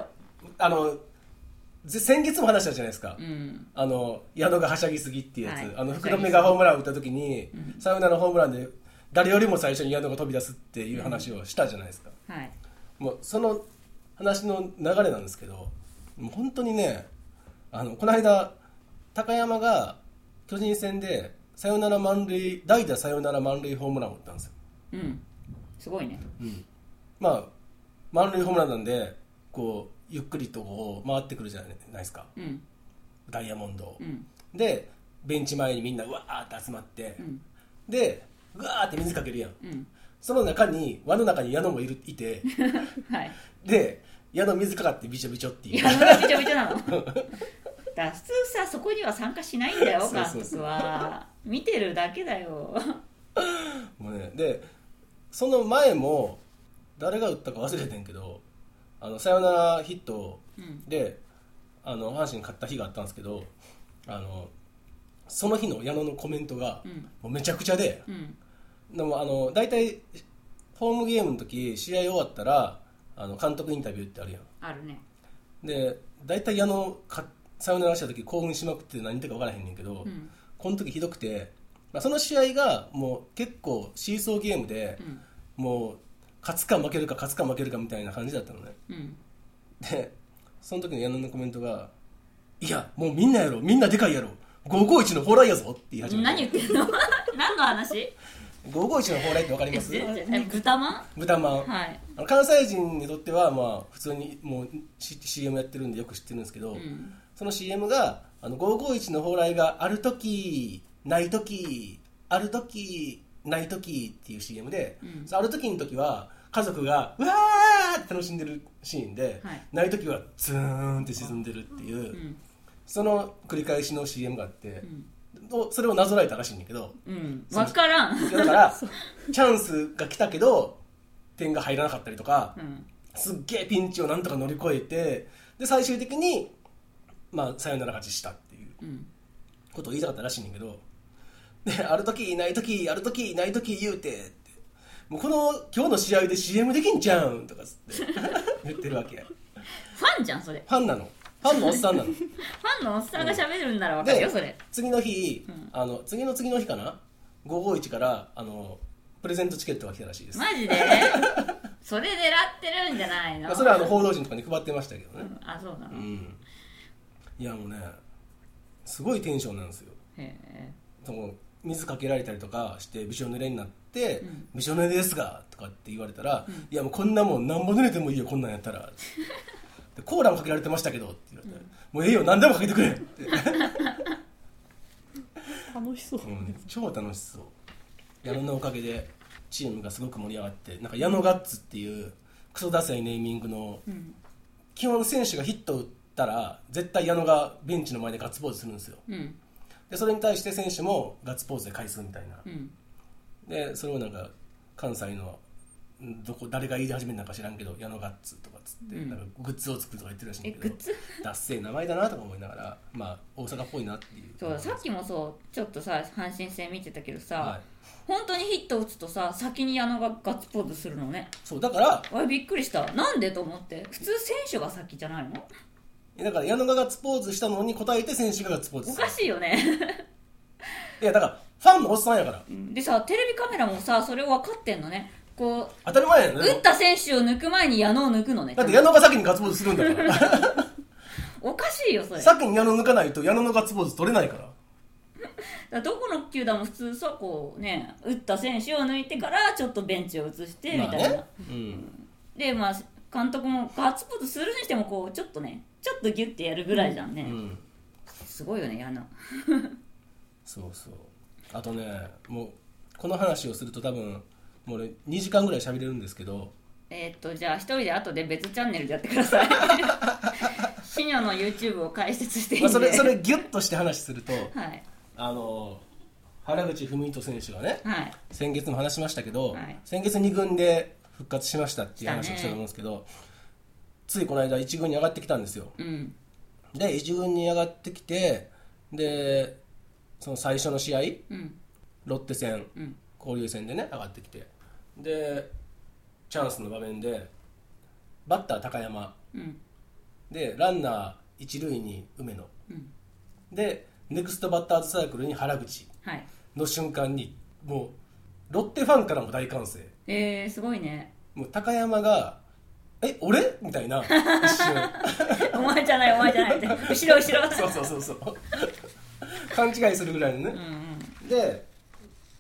Speaker 4: あのぜ先月も話したじゃないですか、
Speaker 3: うん
Speaker 4: あの矢野がはしゃぎすぎっていうやつ、
Speaker 3: はい
Speaker 4: あの福留がホームラン打った時に、サヨナラホームランで誰よりも最初に矢野が飛び出すっていう話をしたじゃないですか、
Speaker 3: はい
Speaker 4: もうその話の流れなんですけどもう本当にねあのこの間高山が巨人戦でサヨナラ満塁代打サヨナラ満塁ホームランを打ったんですよ、
Speaker 3: うんすごいね
Speaker 4: まあ満塁ホームランなんでこうゆっくりとこう回ってくるじゃないですか
Speaker 3: うん
Speaker 4: ダイヤモンドを、
Speaker 3: うん
Speaker 4: でベンチ前にみんなうわーって集まって、
Speaker 3: うん
Speaker 4: でうわーって水かけるやん
Speaker 3: うん
Speaker 4: その中に輪の中に矢野もいるいて *laughs*
Speaker 3: はい
Speaker 4: で矢野水かかってびちょびちょっていう
Speaker 3: いや、そんなびちょびちょなの。だから普通さ、そこには参加しないんだよ、
Speaker 4: そう
Speaker 3: 監
Speaker 4: そうそう
Speaker 3: 督は。見てるだけだよ。
Speaker 4: もうね、でその前も誰が打ったか忘れてんけどあのサヨナラヒット
Speaker 3: うん
Speaker 4: で、あの阪神勝った日があったんですけどあのその日の矢野のコメントが、
Speaker 3: うん
Speaker 4: もうめちゃくちゃで
Speaker 3: うん。
Speaker 4: でもあの大体ホームゲームの時試合終わったらあの監督インタビューってあるやん
Speaker 3: あるね。
Speaker 4: で大体矢野かサヨナラした時興奮しまくって何言ってるか分からへんねんけど、
Speaker 3: うん。
Speaker 4: この時ひどくて、まあ、その試合がもう結構シーソーゲームで、
Speaker 3: うん。
Speaker 4: もう勝つか負けるか勝つか負けるかみたいな感じだったのね
Speaker 3: うん。
Speaker 4: でその時の矢野のコメントが「いやもうみんなやろみんなでかいやろ551の蓬莱やぞ」って言い始め
Speaker 3: 何言
Speaker 4: て
Speaker 3: ってん
Speaker 4: *laughs*
Speaker 3: の何の話
Speaker 4: 551の蓬莱って分かります
Speaker 3: ええ豚ま
Speaker 4: 豚まん、
Speaker 3: んはい。
Speaker 4: あの関西人にとってはまあ普通にもう C- CM やってるんでよく知ってるんですけど、
Speaker 3: うん。
Speaker 4: その CM があの551の蓬莱がある時ない時ある時ない時っていう CM で、
Speaker 3: うん
Speaker 4: そのある時の時は家族がうわーって楽しんでるシーンで、
Speaker 3: はい
Speaker 4: ない時はツーンって沈んでるっていう、
Speaker 3: うん。
Speaker 4: その繰り返しの CM があって、
Speaker 3: ん
Speaker 4: おそれをなぞらえたらしいんだ
Speaker 3: *laughs*
Speaker 4: けど
Speaker 3: うん。わからん。
Speaker 4: いやだからチャンスが来たけど点が入らなかったりとか
Speaker 3: う、ん。
Speaker 4: すっげえピンチをなんとか乗り越えてで最終的に、まあ、サヨナラ勝ちしたっていう
Speaker 3: うん。
Speaker 4: ことを言いたかったらしいねんだけどである時いない時ある時いない時言うてってもうこの今日の試合で CM できんじゃうんとかつって *laughs* 言ってるわけフ
Speaker 3: ファンじゃん、それ。
Speaker 4: ァンなのファンのおっさんな
Speaker 3: フ
Speaker 4: の
Speaker 3: ァンのおっさんが喋るんならわかる
Speaker 4: で
Speaker 3: よ、それ。
Speaker 4: 次の日、
Speaker 3: うん
Speaker 4: あの次の次の日かな551からあのプレゼントチケットが来たらしいです、
Speaker 3: マジでそれ狙ってるんじゃない
Speaker 4: まあ
Speaker 3: の
Speaker 4: それはあの報道陣とかに配ってましたけど
Speaker 3: う
Speaker 4: ね
Speaker 3: んあ、そうな
Speaker 4: う
Speaker 3: の。
Speaker 4: んいやもうねすごいテンションなんですよ
Speaker 3: へえ。
Speaker 4: その水かけられたりとかしてびしょ濡れになって
Speaker 3: ん
Speaker 4: 「びしょ濡れですが」とかって言われたら「いやもうこんなもんなんぼ濡れてもいいよこんなんやったら」でコーラもかけられてましたけど」って言われて「もうええよ何でもかけてくれ」って、
Speaker 5: 楽しそう、
Speaker 4: うん超楽しそう矢野のおかげでチームがすごく盛り上がってなんか矢野ガッツっていうクソダサいネーミングの
Speaker 3: うん。
Speaker 4: 基本選手がヒット打ったら絶対矢野がベンチの前でガッツポーズするんですよ
Speaker 3: うん。
Speaker 4: でそれに対して選手もガッツポーズで返すみたいな
Speaker 3: うん。
Speaker 4: でそれをなんか関西のどこ誰が言い始めるのか知らんけど矢野ガッツとかっつって、
Speaker 3: うん
Speaker 4: なんかグッズを作るとか言ってるらしいん
Speaker 3: え
Speaker 4: だけ
Speaker 3: グ
Speaker 4: ど
Speaker 3: ッズ
Speaker 4: ダッセー名前だなとか思いながらまあ大阪っぽいなっていう
Speaker 3: そうさっきもそうちょっとさ阪神戦見てたけどさ、
Speaker 4: はい、
Speaker 3: 本当にヒット打つとさ先に矢野がガッツポーズするのね
Speaker 4: そうだから
Speaker 3: あれびっくりしたなんでと思って普通選手が先じゃないの
Speaker 4: だから矢野がガッツポーズしたのに答えて選手がガッツポーズ
Speaker 3: お
Speaker 4: する
Speaker 3: かしいよ
Speaker 4: *laughs*
Speaker 3: ね
Speaker 4: いやだからファンのおっさんやから
Speaker 3: うんでさテレビカメラもさそれ分かってんのねこ
Speaker 4: 当たり前や
Speaker 3: う
Speaker 4: ね
Speaker 3: 打った選手を抜く前に矢野を抜くのね
Speaker 4: だって矢野が先にガッツポーズするんだから
Speaker 3: *laughs* おかしいよそれだか
Speaker 4: 先に矢野抜かないと矢野のガッツポーズ取れないから
Speaker 3: らどこの球団も普通さこうね打った選手を抜いてからちょっとベンチを移してみたいな、
Speaker 4: まあねうん、
Speaker 3: でまあ監督もガッツポーズするにしてもこうちょっとねちょっとギュッてやるぐらいじゃんね、
Speaker 4: うん、
Speaker 3: すごいよね矢野
Speaker 4: そうそうあとねもうこの話をすると多分もう俺2時間ぐらい喋れるんですけど
Speaker 3: えーっとじゃあ一人で後で別チャンネルでやってくだ
Speaker 4: *laughs*
Speaker 3: さいシニョの YouTube を解説していいん
Speaker 4: ま
Speaker 3: で
Speaker 4: あ、それそれギュッとして話すると
Speaker 3: はい
Speaker 4: あの原口文人選手がね
Speaker 3: はい
Speaker 4: 先月も話しましたけど、
Speaker 3: はい
Speaker 4: 先月2軍で復活しましたっていう話をしたと思うんですけど、ついこの間1軍に上がってきたんですよ
Speaker 3: うん
Speaker 4: で1軍に上がってきてでその最初の試合
Speaker 3: うん
Speaker 4: ロッテ戦
Speaker 3: うん
Speaker 4: 交流戦でね上がってきてでチャンスの場面でバッター高山
Speaker 3: うん
Speaker 4: でランナー一塁に梅野
Speaker 3: うん
Speaker 4: でネクストバッターズサークルに原口
Speaker 3: はい
Speaker 4: の瞬間にもうロッテファンからも大歓声
Speaker 3: えー、すごいね
Speaker 4: もう高山が「え俺?」みたいな一瞬
Speaker 3: お前じゃないお前じゃないって後ろ *laughs* 後ろ
Speaker 4: そうそうそうそう勘違いするぐらいの
Speaker 3: う
Speaker 4: ね、
Speaker 3: ん
Speaker 4: で、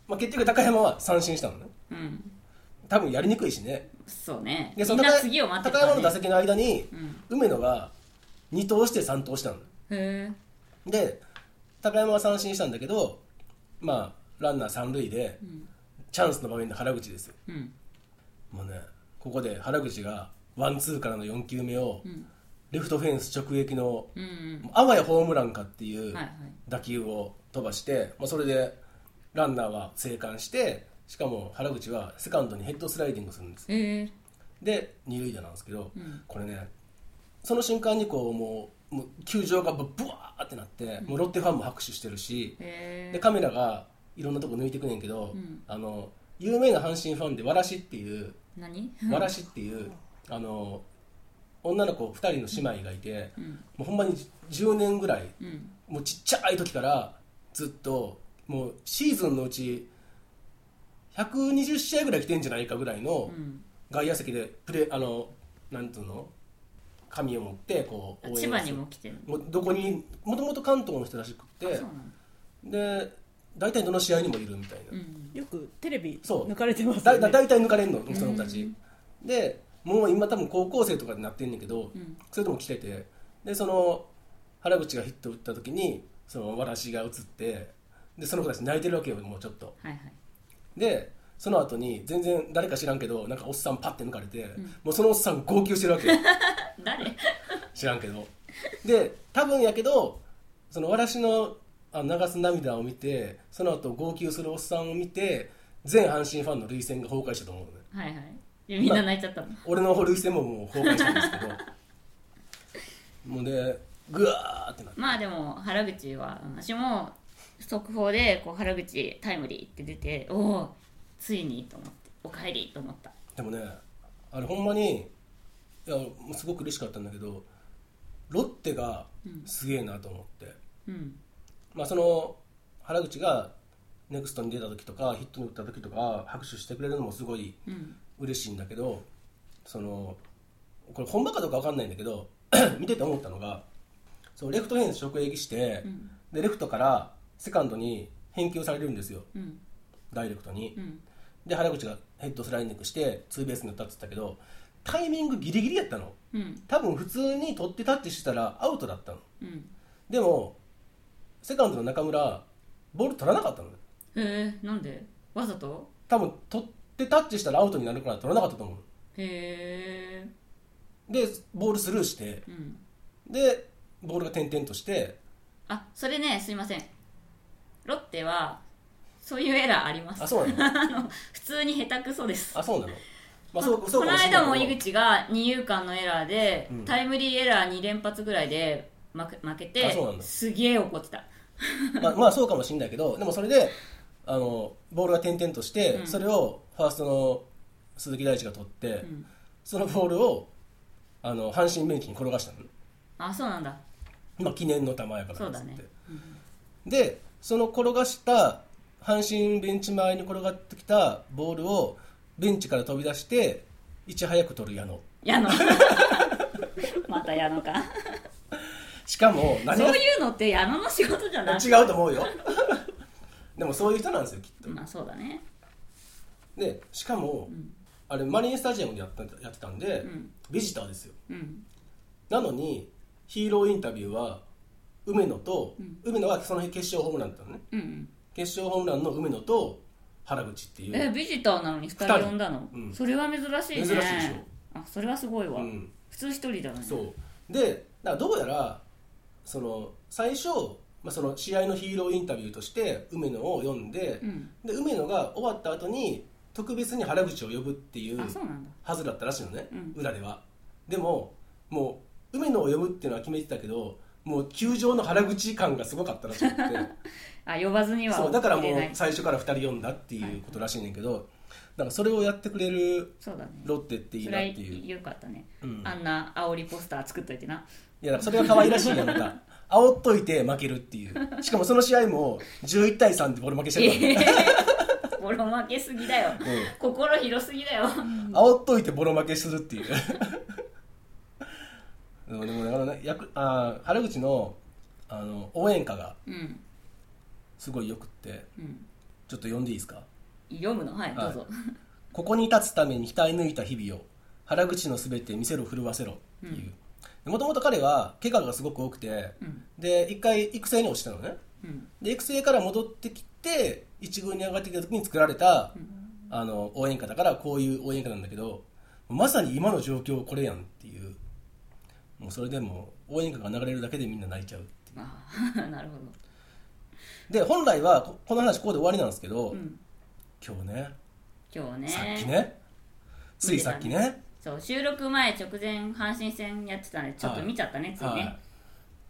Speaker 4: まあ、結局高山は三振したのね
Speaker 3: うんうん
Speaker 4: 多分やりにくいしね
Speaker 3: そうね
Speaker 4: で
Speaker 3: み
Speaker 4: そ
Speaker 3: ん
Speaker 4: の
Speaker 3: な
Speaker 4: 高
Speaker 3: 次を待って
Speaker 4: 高
Speaker 3: た
Speaker 4: 山の
Speaker 3: ね
Speaker 4: 打席の間に、
Speaker 3: うん
Speaker 4: 梅野が2投して3投したの
Speaker 3: へ
Speaker 4: で高山は三振したんだけどまあランナー三塁で、チャンスの場面で原口ですよ
Speaker 3: えうん
Speaker 4: もうねここで原口がワンツーからの4球目を、
Speaker 3: ん
Speaker 4: レフトフェンス直撃の
Speaker 3: うんうん
Speaker 4: あわやホームランかっていう
Speaker 3: はいはい
Speaker 4: 打球を飛ばして、まあ、それでランナーは生還してしかも原口はセカンドにヘッドスライディングするんです
Speaker 3: えー、
Speaker 4: で二塁打なんですけど、
Speaker 3: ん
Speaker 4: これねその瞬間にこうもうもう球場がブブワーってなって、もうロッテファンも拍手してるし、
Speaker 3: えー、
Speaker 4: でカメラがいろんなとこ抜いてくねんけど、
Speaker 3: うん
Speaker 4: あの有名な阪神ファンでわらしっていう
Speaker 3: 何
Speaker 4: わらしっていうあの女の子2人の姉妹がいて、
Speaker 3: うん
Speaker 4: もうほんまに10年ぐらい
Speaker 3: うん
Speaker 4: もうちっちゃい時からずっともうシーズンのうち120試合ぐらい来てんじゃないかぐらいの
Speaker 3: うん
Speaker 4: 外野席でプレあのなんつうの紙を持ってこう
Speaker 3: あ
Speaker 4: 応援をす
Speaker 3: 千
Speaker 4: る
Speaker 3: 葉にも来てる
Speaker 4: もうどこにもともと関東の人らしく
Speaker 3: あ
Speaker 4: て
Speaker 3: そうなんだ
Speaker 4: で大体どの試合にもいるみたいな、
Speaker 3: うん
Speaker 5: よくテレビ
Speaker 4: そう
Speaker 5: 抜かれてます
Speaker 4: だ
Speaker 5: よ
Speaker 4: いだ
Speaker 5: ね
Speaker 4: 大体抜かれんのその子たち、でもう今多分高校生とかになってんねんけど、
Speaker 3: ん
Speaker 4: それとも来ててでその原口がヒット打った時にそのわらしが映ってでその子たち泣いてるわけよもうちょっと
Speaker 3: はいはい
Speaker 4: でその後に全然誰か知らんけどなんかおっさんパッて抜かれて、もうそのおっさん号泣してるわけよ
Speaker 3: 誰
Speaker 4: 知らんけどで多分やけどそのわらしのあ流す涙を見てその後号泣するおっさんを見て全阪神ファンの涙腺が崩壊したと思うのね
Speaker 3: はいはいいやみんな泣いちゃったの、
Speaker 4: 俺の類線ももう崩壊したんですけど *laughs* もうでぐわーってなって
Speaker 3: まあでも原口はうん私も速報でこう原口タイムリーって出ておおついにと思っておかえりと思った
Speaker 4: でもねあれほんまにいやもうすごく嬉しかったんだけどロッテがすげえなと思って、
Speaker 3: うん
Speaker 4: まあその原口がネクストに出た時とかヒットに打った時とか拍手してくれるのもすごい
Speaker 3: うん
Speaker 4: 嬉しいんだけどそのこれ本場かどうかわかんないんだけど *clears throat* 見てて思ったのがそのレフトフェンス直撃して、
Speaker 3: うん
Speaker 4: でレフトからセカンドに返球されるんですよ
Speaker 3: うん
Speaker 4: ダイレクトに、
Speaker 3: うん
Speaker 4: で原口がヘッドスライディングしてツーベースに打ったって言ったけどタイミングギリギリやったの
Speaker 3: うん
Speaker 4: 多分普通に取ってタッチしてたらアウトだったの
Speaker 3: うん
Speaker 4: でもセカンドの中村ボール取らなかったのね
Speaker 3: へえなんでわざと
Speaker 4: 多分取ってタッチしたらアウトになるから取らなかったと思う
Speaker 3: へえ
Speaker 4: でボールスルーして
Speaker 3: うん
Speaker 4: でボールが点々として
Speaker 3: あそれねすいませんロッテはそういうエラーあります *laughs*
Speaker 4: あそうなの
Speaker 3: あの普通に下手くそです
Speaker 4: あそうなのまあ、そうそう
Speaker 3: こ
Speaker 4: か
Speaker 3: の
Speaker 4: しれ
Speaker 3: 間も
Speaker 4: ないけ
Speaker 3: 井
Speaker 4: ど
Speaker 3: 口が二遊間のエラーで、
Speaker 4: うん
Speaker 3: タイムリーエラー2連発ぐらいで負け負け
Speaker 4: あ
Speaker 3: て
Speaker 4: そうなんだ
Speaker 3: すげえ怒ってた
Speaker 4: まあ、まあそうかもしれないけどでもそれであのボールが点々として、
Speaker 3: うん
Speaker 4: それをファーストの鈴木大地が取って、
Speaker 3: ん
Speaker 4: そのボールをあの阪神ベンチに転がしたのね、
Speaker 3: あそうなんだ
Speaker 4: まあ、記念の球やから
Speaker 3: そうだ
Speaker 4: っつっ
Speaker 3: ね
Speaker 4: て、でその転がした阪神ベンチ前に転がってきたボールをベンチから飛び出していち早く取る矢野
Speaker 3: 矢野 *laughs* また矢野か
Speaker 4: しかも何
Speaker 3: そう
Speaker 4: が
Speaker 3: いうのって矢野の仕事じゃない
Speaker 4: 違うと思うよでもそういう人なんですよきっと
Speaker 3: まあそうだね
Speaker 4: でしかも、
Speaker 3: ん
Speaker 4: あれマリンスタジアムでやったやってたんで、
Speaker 3: うん
Speaker 4: ビジターですよ
Speaker 3: うん
Speaker 4: なのにヒーローインタビューは梅野と、
Speaker 3: うん
Speaker 4: 梅野はその日決勝ホームランだったのね
Speaker 3: うん
Speaker 4: 決勝ホームランの梅野と原口ってい
Speaker 3: うん
Speaker 4: う、
Speaker 3: えビジターなのに2人呼んだの、
Speaker 4: 二人うん
Speaker 3: それは珍しいね
Speaker 4: 珍しいでしょ
Speaker 3: あそれはすごいわ、
Speaker 4: うん
Speaker 3: 普通1人だね
Speaker 4: そうでだからどうやらその最初、まあ、その試合のヒーローインタビューとして梅野を呼んで,、
Speaker 3: ん、
Speaker 4: で梅野が終わった後に特別に原口を呼ぶっていう
Speaker 3: あそうなんだ
Speaker 4: はずだったらしいのね、
Speaker 3: うん
Speaker 4: 裏ではでももう梅野を呼ぶっていうのは決めてたけどもう球場の原口感がすごかったらし
Speaker 3: *laughs*
Speaker 4: くて
Speaker 3: あ呼ばずには
Speaker 4: そうだからも
Speaker 3: 入れないう
Speaker 4: 最初から2人呼んだっていうことらしいねんけど、なんかそれをやってくれる
Speaker 3: そうだね
Speaker 4: ロッテっていい
Speaker 3: そ
Speaker 4: なっ
Speaker 3: れ
Speaker 4: ていう、
Speaker 3: よかったね、
Speaker 4: うん、
Speaker 3: あんな煽りポスター作っといて
Speaker 4: *laughs*
Speaker 3: ない
Speaker 4: やだからそれが可愛らしいやんか
Speaker 3: *laughs*
Speaker 4: 煽っといて負けるっていうしかもその試合も11対3でボール負けして
Speaker 3: *laughs*
Speaker 4: るからね、
Speaker 3: ボロ負けすぎだよ
Speaker 4: うん
Speaker 3: 心広すぎだよ
Speaker 4: 煽っといてボロ負けするっていう *laughs* うんでもだからねやくあー原口のあの応援歌が
Speaker 3: うん
Speaker 4: すごいよくって
Speaker 3: うん
Speaker 4: ちょっと読んでいいですか
Speaker 3: 読むのはいど
Speaker 4: は
Speaker 3: う
Speaker 4: い
Speaker 3: ぞ、
Speaker 4: ここに立つために鍛え抜いた日々を原口のすべて見せろ震わせろっていうもともと彼は怪我がすごく多くて
Speaker 3: うん
Speaker 4: で一回育成に落ちたのね
Speaker 3: うん
Speaker 4: で育成から戻ってきて一軍に上がってきた時に作られた、あの応援歌だからこういう応援歌なんだけどまさに今の状況これやんっていうもうそれでもう応援歌が流れるだけでみんな泣いちゃうってい
Speaker 3: ああ *laughs* なるほ
Speaker 4: うで本来はここの話ここで終わりなんですけど、
Speaker 3: ど、うん、
Speaker 4: 今日ね
Speaker 3: 今日ね
Speaker 4: さっきねついさっきね
Speaker 3: そう収録前直前阪神戦やってたんでちょっと見ちゃったね、ついね、
Speaker 4: は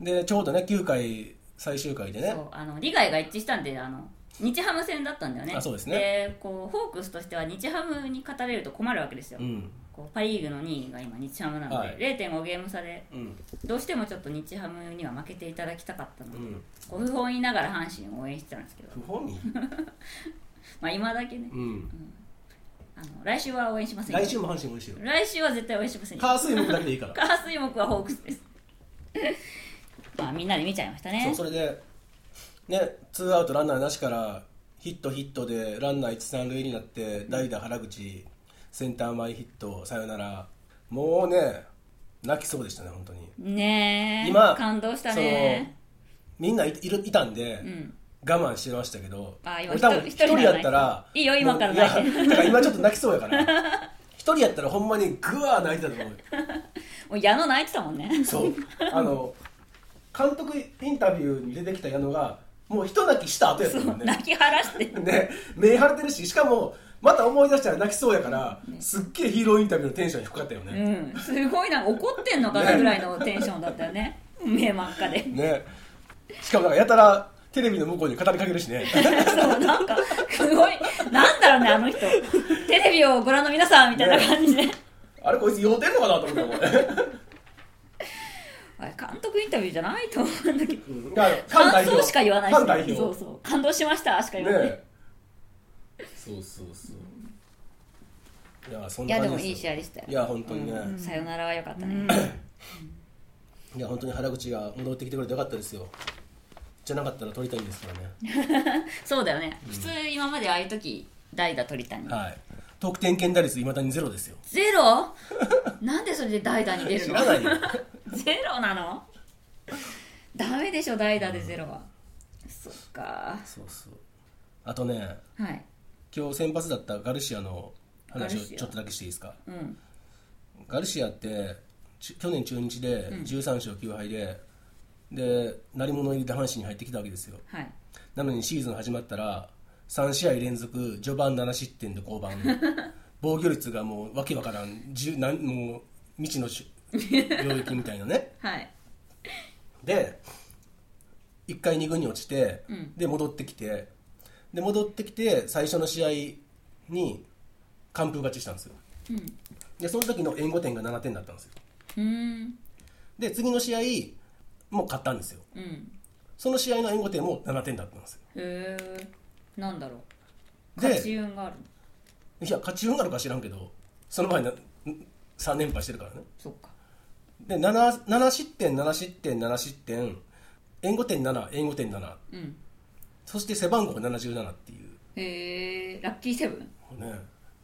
Speaker 4: い、でちょうどね9回最終回でね
Speaker 3: そうあの利害が一致したんであの日ハム戦だったんだよね
Speaker 4: あそうですね
Speaker 3: でこうホークスとしては日ハムに勝たれると困るわけですよ、
Speaker 4: うん
Speaker 3: こうパ・リーグの2位が今日ハムなので、
Speaker 4: はい
Speaker 3: 0.5ゲーム差で
Speaker 4: うん
Speaker 3: どうしてもちょっと日ハムには負けていただきたかったの
Speaker 4: う
Speaker 3: で、
Speaker 4: ん
Speaker 3: こう不本意ながら阪神を応援してたんですけど、
Speaker 4: 不本意
Speaker 3: まあ、今だけね
Speaker 4: うん
Speaker 3: あの来週は応援しませんよ
Speaker 4: 来週も阪神もいいしよ
Speaker 3: 来週は絶対応援しませんよ
Speaker 4: カースイムだけでい
Speaker 3: *laughs*
Speaker 4: いから
Speaker 3: 火水木はホークスですまあみんなで見ちゃいました
Speaker 4: そ
Speaker 3: ね
Speaker 4: うそれで、ね、ツーアウトランナーなしからヒットヒットでランナー一三塁になって代打原口センター前ヒットさよならもうね泣きそうでしたね本当に
Speaker 3: ねえ
Speaker 4: 今
Speaker 3: 感動したね
Speaker 4: みんないいるいたんで、
Speaker 3: うん
Speaker 4: 我慢してましたけど
Speaker 3: あ今
Speaker 4: 俺多分
Speaker 3: 一
Speaker 4: 一
Speaker 3: 人
Speaker 4: 人やったら
Speaker 3: 一人なら泣いてるいいよ今から泣いてる
Speaker 4: もうやだから今ちょっと泣きそうやから一人やったらほんまにグワー泣いてたと思う
Speaker 3: もう矢野泣いてたもんね
Speaker 4: そうあの監督インタビューに出てきた矢野がもう一泣きした後やったもんね
Speaker 3: 泣き晴らして
Speaker 4: ね、目腫れてるししかもまた思い出したら泣きそうやから、すっげえヒーローインタビューのテンション低かったよね、
Speaker 3: うんすごいな怒ってんのかなぐらいのテンションだったよね目真っ赤で
Speaker 4: ねしかもなんかやたらテレビの向こうに語りかけるしね
Speaker 3: そうなんかすごいなんだろうねあの人テレビをご覧の皆さんみたいな感じで、
Speaker 4: あれこいつ酔うてんのかなと思ったもんね
Speaker 3: あれ監督インタビューじゃないと思 *laughs* うんだけど
Speaker 4: うんだから
Speaker 3: 感想しか言わない
Speaker 4: 菅代
Speaker 3: し、
Speaker 4: 表
Speaker 3: そうそう感動しましたしか言わない、
Speaker 4: ねそうそうそういやそん
Speaker 3: い
Speaker 4: な
Speaker 3: や
Speaker 4: 感
Speaker 3: で
Speaker 4: じ
Speaker 3: も
Speaker 4: す
Speaker 3: いい試合でしたよ
Speaker 4: いや本当にね、
Speaker 3: うんさよならは良かったね、
Speaker 4: いや本当に原口が戻ってきてくれてよかったですよじゃなかったら取りたいんですからね
Speaker 3: *laughs* そうだよね普通今までああいう時代打鳥谷、
Speaker 4: はい得点圏打率いまだにゼロですよ
Speaker 3: ゼロなんでそれで代打に出る
Speaker 4: 知
Speaker 3: の
Speaker 4: らな
Speaker 3: *laughs*
Speaker 4: いよ
Speaker 3: ゼロなのダメでしょ代打でゼロは、そっか
Speaker 4: そうそうあとね
Speaker 3: はい
Speaker 4: 今日先発だったガルシアの話を
Speaker 3: ガルシア
Speaker 4: ちょっとだけしていいですか
Speaker 3: うん
Speaker 4: ガルシアってち去年中日で13勝9敗で、で鳴り物入りで阪神に入ってきたわけですよ
Speaker 3: はい *laughs*
Speaker 4: なのにシーズン始まったら3試合連続序盤7失点で降板防御率がもうわけわからん十なんもう未知のし
Speaker 3: *laughs*
Speaker 4: 領域みたいなね
Speaker 3: はい
Speaker 4: で1回2軍に落ちて、
Speaker 3: うん
Speaker 4: で戻ってきてで戻ってきて最初の試合に完封勝ちしたんですよ
Speaker 3: うん
Speaker 4: でその時の援護点が7点だったんですよ
Speaker 3: うーん
Speaker 4: で次の試合もう勝ったんですよ
Speaker 3: うん
Speaker 4: その試合の援護点も7点だったんですよ
Speaker 3: へえなんだろう
Speaker 4: で
Speaker 3: 勝ち運がある
Speaker 4: いや勝ち運があるか知らんけどその前な3連覇してるからね
Speaker 3: そっか
Speaker 4: で 7, 7失点7失点7失点援護点7援護点7
Speaker 3: うん
Speaker 4: そして背番号77っていう
Speaker 3: へえラッキーセブン *laughs*
Speaker 4: ね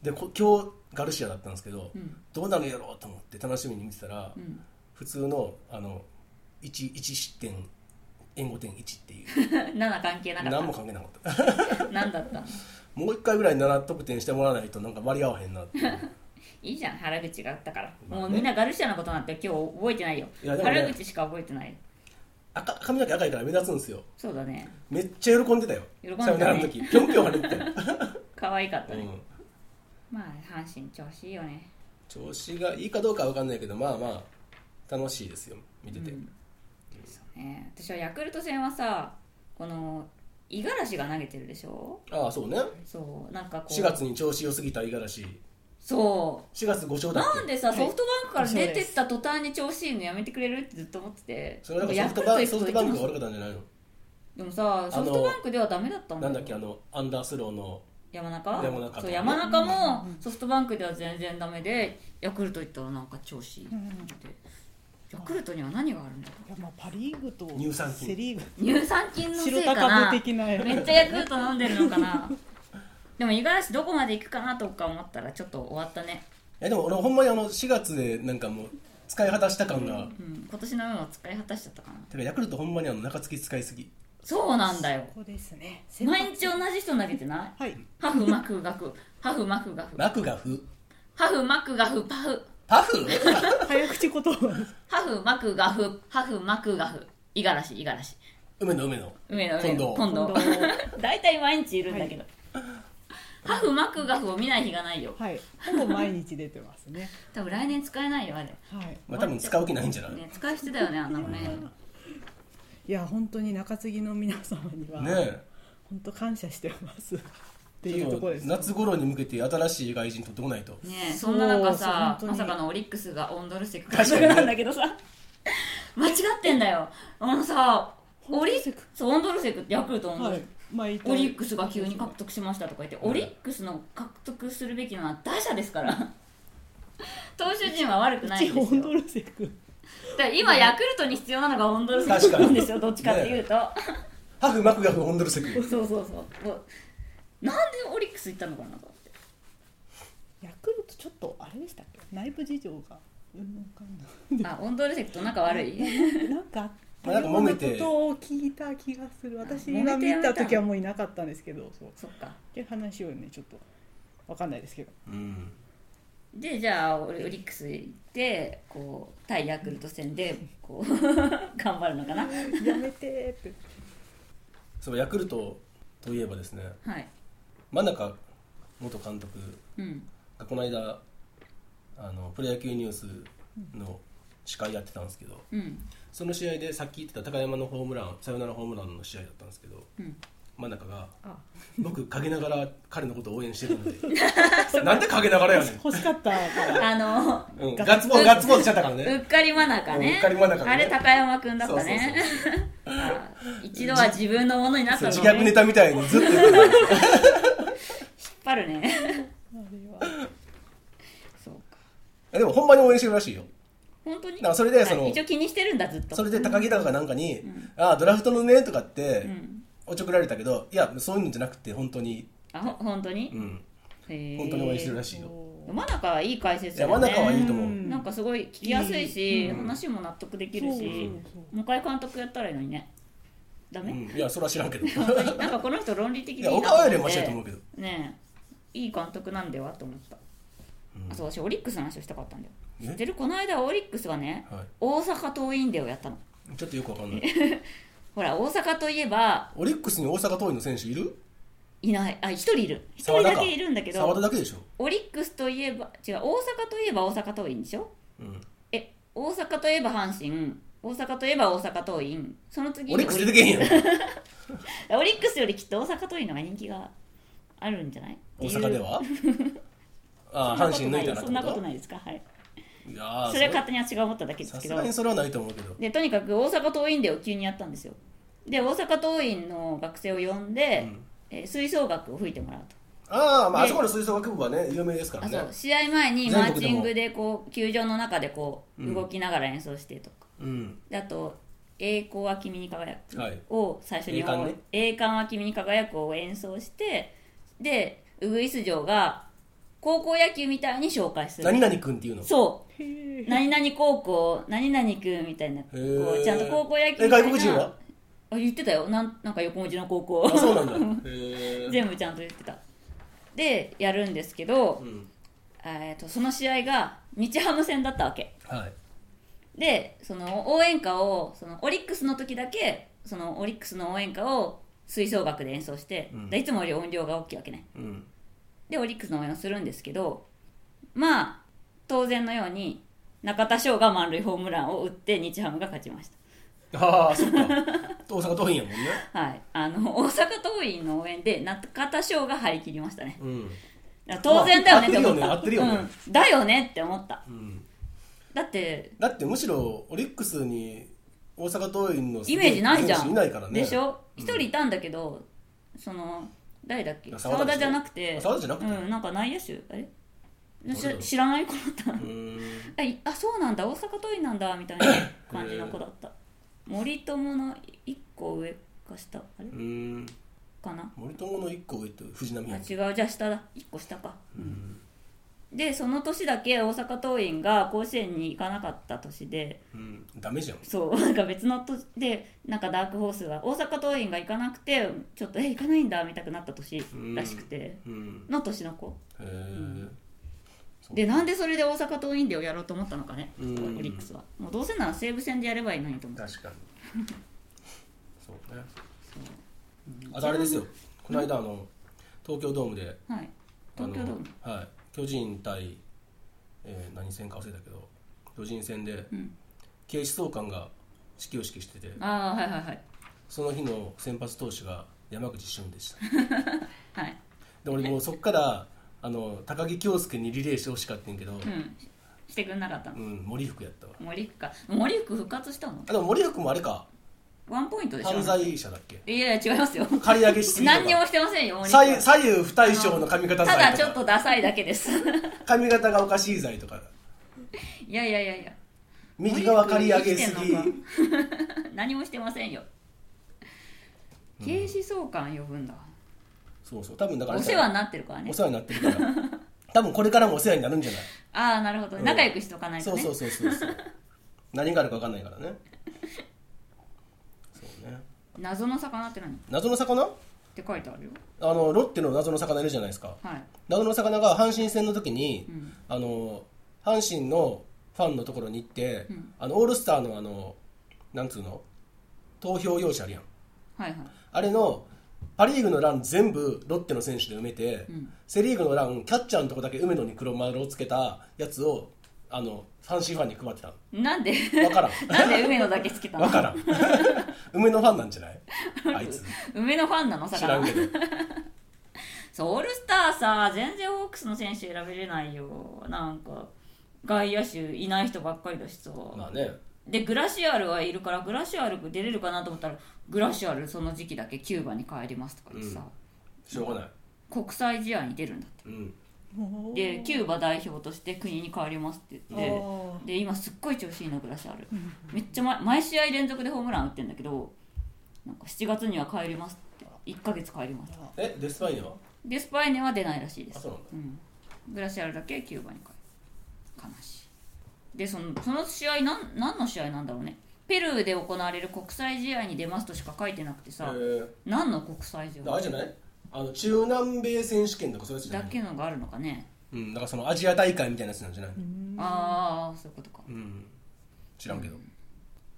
Speaker 4: でこ今日ガルシアだったんですけど、
Speaker 3: うん
Speaker 4: どうなるやろうと思って楽しみに見てたら、
Speaker 3: うん
Speaker 4: 普通のあの 1, 1失点援護点1っていう
Speaker 3: *laughs* 7関係なか
Speaker 4: 何も
Speaker 3: っ
Speaker 4: 関係なかった *laughs*
Speaker 3: た何だった
Speaker 4: もう1回ぐらい7得点してもらわないとなんか割り合わへんなっていう
Speaker 3: いいじゃん原口があったから、
Speaker 4: まあね
Speaker 3: もうみんなガルシアのことなんて今日覚えてないよ
Speaker 4: いやでもね
Speaker 3: 原口しか覚えてない
Speaker 4: 赤髪の毛赤いから目立つんですよ
Speaker 3: そうだね
Speaker 4: めっちゃ喜んでたよ
Speaker 3: 喜んでたね
Speaker 4: さよならの時ぴょんぴょん晴れてたよ、
Speaker 3: 可愛かった
Speaker 4: う
Speaker 3: ね、
Speaker 4: ん
Speaker 3: まあ阪神調子いいよね
Speaker 4: 調子がいいかどうかは分かんないけどまあまあ楽しいですよ見てて、
Speaker 3: うんそうね私はヤクルト戦はさこの五十嵐が投げてるでしょ
Speaker 4: ああそうね
Speaker 3: そうなんかこう
Speaker 4: 4月に調子良すぎた五十嵐
Speaker 3: そ
Speaker 4: 4月5勝
Speaker 3: う
Speaker 4: だっ
Speaker 3: な
Speaker 4: け
Speaker 3: んでさ
Speaker 5: はい
Speaker 3: ソフトバンクから出てった途端に調子いいのやめてくれるってずっと思ってて
Speaker 4: それなんかソフトバンクソフトバンクが
Speaker 3: が
Speaker 4: 悪かったんじゃないの
Speaker 3: でもさソフトバンクではダメだったんだ
Speaker 4: な
Speaker 3: よ
Speaker 4: んだっけあのアンダースローの
Speaker 3: 山中
Speaker 4: 山中
Speaker 3: そう山中もソフトバンクでは全然ダメでヤクルト行ったらなんか調子いいっ
Speaker 5: う
Speaker 3: て
Speaker 5: ん
Speaker 3: ヤクルトには何があるんだろ
Speaker 5: いやまあパ・リーグと
Speaker 4: 乳酸菌
Speaker 5: セ・リーグ
Speaker 3: う乳酸菌のせ
Speaker 5: 白
Speaker 3: いか
Speaker 5: 高
Speaker 3: な
Speaker 5: 部的な
Speaker 3: めっちゃヤクルト飲んでるのか
Speaker 4: *laughs*
Speaker 3: なでも五十嵐どこまで行くかなとか思ったらちょっと終わったね、
Speaker 4: いやでも俺ほんまにあの4月でなんかもう使い果たした感
Speaker 3: う
Speaker 4: が、
Speaker 3: ん、今年の運を使い果たしちゃったかな
Speaker 4: てかヤクルトほんまにあの中継ぎ使いすぎ
Speaker 3: そうなんだよ
Speaker 5: ここですね先発
Speaker 3: 毎日同じ人投げてない
Speaker 5: はい
Speaker 3: ハフマクガフハフマクガフ
Speaker 4: マクガフ
Speaker 3: ハフマクガフパフ
Speaker 4: パフ *laughs*
Speaker 5: 早口言葉
Speaker 3: ハフマクガフハフマクガフ五十嵐五十嵐
Speaker 4: 梅野梅野
Speaker 3: 梅野
Speaker 4: 近藤
Speaker 3: 今度
Speaker 5: 近
Speaker 3: 大体毎日いるんだけど、ハフマクガフを見ない日がないよ
Speaker 5: はいほぼ毎日出てますね
Speaker 3: 多分来年使えないよあれ
Speaker 5: はい
Speaker 4: まあ多分使う気ないんじゃないね
Speaker 3: ね使い捨てだよねあんなのね
Speaker 5: いや本当に中継ぎの皆様には、
Speaker 4: え
Speaker 5: 本当感謝してますって
Speaker 4: ち
Speaker 5: い
Speaker 4: ょ
Speaker 5: うと
Speaker 4: っ
Speaker 5: ころ
Speaker 4: と
Speaker 5: です
Speaker 4: 夏頃に向けて新しい外人取ってこないと
Speaker 3: ね
Speaker 5: そ
Speaker 3: そ
Speaker 5: うん
Speaker 3: な中さ
Speaker 5: そう本当
Speaker 3: ま
Speaker 5: に
Speaker 3: さかのオリックスがオンドルセク監督 *laughs* なんだけどさ間違ってんだよあのさオ
Speaker 5: オンド
Speaker 3: リ
Speaker 5: ルセク
Speaker 3: そうオンドルセクヤクルトの、
Speaker 5: はい毎
Speaker 3: オリックスが急に獲得しましたとか言って、オリックスの獲得するべきのは打者ですから *laughs* 投手陣は悪くない
Speaker 5: 一
Speaker 3: ん
Speaker 5: 応
Speaker 3: で
Speaker 5: オ
Speaker 3: す
Speaker 5: ン
Speaker 3: よ
Speaker 5: ドルセク
Speaker 3: だから今ヤクルトに必要なのがオンドルセクなんですよ
Speaker 4: 確か
Speaker 3: ど
Speaker 4: に
Speaker 3: っちかっていうと、
Speaker 4: ハフマクガフホンドルセク
Speaker 3: そうそうそうもうなんでオリックス行ったのかなと思って
Speaker 5: ヤクルトちょっとあれでしたっけ内部事情がうんわかんない
Speaker 3: *laughs* あオンドルセクと仲悪い *laughs*
Speaker 5: *laughs* なんかあった
Speaker 4: なんか揉めて
Speaker 5: ようなことを聞いた気がする私
Speaker 3: 揉
Speaker 5: が
Speaker 3: めて
Speaker 5: 見
Speaker 3: やめた
Speaker 5: た時はもういなかったんですけどそうっ
Speaker 3: そっか
Speaker 5: ていう話をねちょっとわかんないですけど
Speaker 4: うん
Speaker 3: でじゃあオリオリックス行ってこう対ヤクルト戦でこう *laughs* 頑張るのかな
Speaker 5: やめてーって
Speaker 4: そうヤクルトといえばですね
Speaker 3: はい
Speaker 4: 真中元監督
Speaker 3: うん
Speaker 4: がこの間あのプロ野球ニュースの司会やってたんですけど
Speaker 3: うん
Speaker 4: その試合でさっき言ってた高山のホームランサヨナラホームランの試合だったんですけど
Speaker 3: うん
Speaker 4: 真中が
Speaker 5: あ
Speaker 4: 「僕陰ながら彼のことを応援してるんで
Speaker 3: *laughs*
Speaker 4: なんで陰ながらやねん」
Speaker 5: 欲しかったから
Speaker 3: あの
Speaker 4: うん、ガッツポーズガッツポーズしちゃったから
Speaker 3: う
Speaker 4: ね
Speaker 3: っかりマナカ
Speaker 4: う
Speaker 3: ね
Speaker 4: んうっかりマナカね
Speaker 3: あれ高山君だったね
Speaker 4: そうそう
Speaker 3: あ一度は自分のものになっ
Speaker 4: そう
Speaker 3: た
Speaker 4: 自
Speaker 3: の
Speaker 4: 虐
Speaker 3: ね
Speaker 4: ネ
Speaker 3: 引っ
Speaker 4: タみたいにずっと言ってたんですよ
Speaker 3: 張るね
Speaker 5: あれは
Speaker 3: そうか
Speaker 4: でもほんまに応援してるらしいよ
Speaker 3: 本当に
Speaker 4: だからそれでその
Speaker 3: あ一応気にしてるんだずっと
Speaker 4: それで高木高がなんかに
Speaker 3: ん
Speaker 4: 「ああドラフトのね」とかって、
Speaker 3: うん、
Speaker 4: おちょくられたけどいやそういうのじゃなくて本当に、
Speaker 3: あほ本当に
Speaker 4: う、ん、
Speaker 3: へー
Speaker 4: 本当に応援してるらしいよ、
Speaker 5: そ
Speaker 3: 真中はいい解説だよ
Speaker 4: いや
Speaker 3: ね
Speaker 4: 真中はいいと思う
Speaker 5: うん
Speaker 3: なんかすごい聞きやすいし、
Speaker 4: うん
Speaker 3: 話も納得できる
Speaker 5: うそう
Speaker 3: し、
Speaker 5: そう
Speaker 3: 向井監督やったらいいのにねダ
Speaker 4: う
Speaker 3: メ、
Speaker 4: ん、いやそれは知らん
Speaker 3: *laughs*
Speaker 4: けどい
Speaker 3: 本当になんかこの人論理的でいい
Speaker 4: や
Speaker 3: なと思
Speaker 4: 小
Speaker 3: って
Speaker 4: 川よりはマシだと思うけど、
Speaker 3: ねえいい監督なんではと思った、
Speaker 4: うん
Speaker 3: あそう私オリックスの話をしたかったんだよ
Speaker 4: え
Speaker 3: 知ってるこの間オリックスがね
Speaker 4: は
Speaker 3: 大阪桐蔭デーをやったの
Speaker 4: い、ち
Speaker 3: *laughs*
Speaker 4: ょっとよくわかんない
Speaker 3: ほら大阪といえば
Speaker 4: オリックスに大阪桐蔭の選手いる
Speaker 3: いないあ一人いる一
Speaker 4: 沢
Speaker 3: 人
Speaker 4: 田
Speaker 3: だ
Speaker 4: か
Speaker 3: けいるんだけ
Speaker 4: 沢田
Speaker 3: ど
Speaker 4: だけでしょ、
Speaker 3: オリックスといえば違う大阪といえば大阪桐蔭でしょ
Speaker 4: うん、
Speaker 3: え大阪といえば阪神大阪といえば大阪桐蔭その次に
Speaker 4: オリックス出て
Speaker 3: オ
Speaker 4: けへんやん
Speaker 3: リオリックスよりきっと大阪桐蔭の方が人気があるんじゃない
Speaker 4: 大阪で
Speaker 3: *laughs*
Speaker 4: はああ阪神抜いたらって
Speaker 3: そんなことないですかはい
Speaker 4: いやー
Speaker 3: それは勝手に私が思っただけで
Speaker 4: さ
Speaker 3: すけ
Speaker 4: す
Speaker 3: ど
Speaker 4: がにそれはないと思うけど
Speaker 3: でとにかく大阪桐蔭でを急にやったんですよで大阪桐蔭の学生を呼んで、
Speaker 4: うん
Speaker 3: えー吹奏楽を吹いてもらうと
Speaker 4: ああまああ
Speaker 3: で
Speaker 4: そこの吹奏楽部はね有名ですから
Speaker 3: あ
Speaker 4: ね
Speaker 3: そう試合前にマー
Speaker 4: 全国で
Speaker 3: チ
Speaker 4: も
Speaker 3: ングでこう球場の中でこ
Speaker 4: うん
Speaker 3: う動きながら演奏してとか、
Speaker 4: うん
Speaker 3: であと「栄光は君に輝く
Speaker 4: はい」
Speaker 3: を最初に
Speaker 4: 栄冠ね
Speaker 3: 栄冠は君に輝く」を演奏してでウグイス嬢が高校野球みたいに紹介する
Speaker 4: 何々君っていうの
Speaker 3: そう
Speaker 5: へえ
Speaker 3: 何々高校何々くんみたいなこ
Speaker 4: へ
Speaker 3: う
Speaker 4: ー
Speaker 3: ちゃんと高校野球
Speaker 4: え
Speaker 3: みたいな
Speaker 4: 外国人
Speaker 3: *laughs*
Speaker 4: は
Speaker 3: あ言ってたよなんなんか横文字の高
Speaker 4: あ
Speaker 3: 校
Speaker 4: そうなんだへえ
Speaker 3: *laughs* 全部ちゃんと言ってたでやるんですけど
Speaker 4: う、ん
Speaker 3: えー、とその試合が日ハム戦だったわけ
Speaker 4: はい
Speaker 3: でその応援歌をそのオリックスの時だけそのオリックスの応援歌を吹奏楽で演奏して、
Speaker 4: うん
Speaker 3: でいつもより音量が大きいわけね
Speaker 4: うん
Speaker 3: でオリックスの応援をするんですけどまあ当然のように中田翔が満塁ホームランを打って日ハムが勝ちました
Speaker 4: ああそっか
Speaker 3: *laughs*
Speaker 4: 大阪桐蔭やもんね
Speaker 3: はい、あの大阪桐蔭の応援で中田翔が張り切りましたね
Speaker 4: うん
Speaker 3: だから当然だよねって思っ
Speaker 4: まあ
Speaker 3: た、
Speaker 4: 合ってるよね合ってるよね
Speaker 3: うん、だよねって思った
Speaker 4: うん
Speaker 3: だって
Speaker 4: だってむしろオリックスに大阪桐蔭の
Speaker 3: イメージないじゃ
Speaker 4: 選
Speaker 3: ん
Speaker 4: 手いないからね
Speaker 3: でしょ
Speaker 4: うん
Speaker 3: 一人いたんだけど、その誰だっけ
Speaker 4: 沢田
Speaker 3: 澤田じゃなくて
Speaker 4: あ沢田じゃなくて
Speaker 3: うん、なんか内野手あれ
Speaker 4: 誰だろう
Speaker 3: し知らない子だった
Speaker 4: うーん
Speaker 3: あいあそうなんだ大阪桐蔭なんだみたいな感じの子だった、森友の一個上か下あれ
Speaker 4: うーん
Speaker 3: かな
Speaker 4: 森友の1個上って藤波
Speaker 3: あ
Speaker 4: やん
Speaker 3: 違うじゃあ下だ一個下か
Speaker 4: うん
Speaker 3: でその年だけ大阪桐蔭が甲子園に行かなかった年で
Speaker 4: うんダメじゃん
Speaker 3: そう *laughs* なんか別の年でなんかダークホースが大阪桐蔭が行かなくてちょっとえ行かないんだみたくなった年らしくて
Speaker 4: うん
Speaker 3: の年の子
Speaker 4: へえ
Speaker 3: でなんでそれで大阪桐蔭でをやろうと思ったのかねオ
Speaker 4: う
Speaker 3: リ
Speaker 4: ん
Speaker 3: ックスはもうどうせなら西武戦でやればいいのにと思って
Speaker 4: 確かに *laughs* そうねあとあれですよこの間あの東京ドームで
Speaker 3: はい
Speaker 4: あの
Speaker 3: 東京ドーム
Speaker 4: はい巨人対、えー何戦か忘れたけど巨人戦で
Speaker 3: うん
Speaker 4: 警視総監が指揮を指揮してて
Speaker 3: ああはいはいはい
Speaker 4: その日の先発投手が山口俊でした
Speaker 3: はい
Speaker 4: で俺もうそっからあの高木京介にリレーしてほしかったんやけど、
Speaker 3: うんししてくんなかった
Speaker 4: う
Speaker 3: の
Speaker 4: ん、森福やったわ
Speaker 3: 森福か森福復活したの
Speaker 4: あでも森福もあれか
Speaker 3: ワンポイントでしょ
Speaker 4: 犯罪者だっけ
Speaker 3: いやいや違いますよ
Speaker 4: 借り上げしすぎとか
Speaker 3: *laughs* 何にもしてませんよ森福は
Speaker 4: 左右左右不対称の髪型罪
Speaker 3: た
Speaker 4: とか
Speaker 3: だちょっとダサいだけです *laughs*
Speaker 4: 髪型がおかしい罪とか
Speaker 3: いやいやいやいや
Speaker 4: 右側刈り上げす
Speaker 3: 生き
Speaker 4: ぎ
Speaker 3: てんのか *laughs* 何もしてませんよ警視総監呼ぶんだ、
Speaker 4: そうそう多分だから
Speaker 3: お世話になってるからね
Speaker 4: お世話になってるから多分これからもお世話になるんじゃない
Speaker 3: ああなるほど、
Speaker 4: うん
Speaker 3: 仲良くしとかないと
Speaker 4: そう
Speaker 3: ね
Speaker 4: そうそうそうそう何があるか分かんないからねそうね
Speaker 3: 謎の魚って何っ
Speaker 4: 謎の魚
Speaker 3: て書いてあるよ
Speaker 4: あのロッテの謎の魚いるじゃないですか
Speaker 3: はい、
Speaker 4: 謎の魚が阪神戦の時に、
Speaker 3: うん
Speaker 4: あの阪神のファンのところに行って、
Speaker 3: うん
Speaker 4: あのオールスターのあのなんつうの投票用紙あるやん
Speaker 3: はいはい
Speaker 4: あれのパ・リーグの欄全部ロッテの選手で埋めて、
Speaker 3: うん
Speaker 4: セ・リーグの欄キャッチャーのとこだけ梅野に黒丸をつけたやつをあの阪神ファンに配ってたの
Speaker 3: なんで *laughs*
Speaker 4: 分からん
Speaker 3: なんで梅野だけつけたの *laughs*
Speaker 4: 分からん梅野ファンなんじゃないあいつ
Speaker 3: 梅のファンなの
Speaker 4: 知らん
Speaker 3: 魚
Speaker 4: けど
Speaker 3: そうオールスターさ全然ホークスの選手選べれないよなんか外野手いない人ばっかりだしさ、
Speaker 4: まあね
Speaker 3: でグラシアルはいるからグラシアル出れるかなと思ったらグラシアルその時期だけキューバに帰りますとか言ってさ、
Speaker 4: しょうがない、
Speaker 3: 国際試合に出るんだって
Speaker 4: うん、
Speaker 5: もう
Speaker 3: でキューバ代表として国に帰りますって
Speaker 5: あ
Speaker 3: 言って
Speaker 5: ー
Speaker 3: で今すっごい調子いいのグラシアルめっちゃ毎毎試合連続でホームラン打ってんだけどなんか7月には帰りますって1ヶ月帰ります
Speaker 5: あ
Speaker 4: えデスパイネは
Speaker 3: でスパイネは出ないらしいで
Speaker 4: あ
Speaker 3: す
Speaker 4: そうなんだ
Speaker 3: うん、グラシアルだけキューバに帰る悲しいでそのその試合なん何の試合なんだろうねペルーで行われる国際試合に出ますとしか書いてなくてさ、
Speaker 4: え
Speaker 3: 何の国際試
Speaker 4: ー、あ
Speaker 3: 合
Speaker 4: れじゃないあの中南米選手権とかそういうやつじゃ
Speaker 3: だ
Speaker 4: ない
Speaker 3: けのがあるのかね、
Speaker 4: うん、だからそのアジア大会みたいなやつなんじゃない
Speaker 3: ああそういうことか
Speaker 4: うん知らんけど、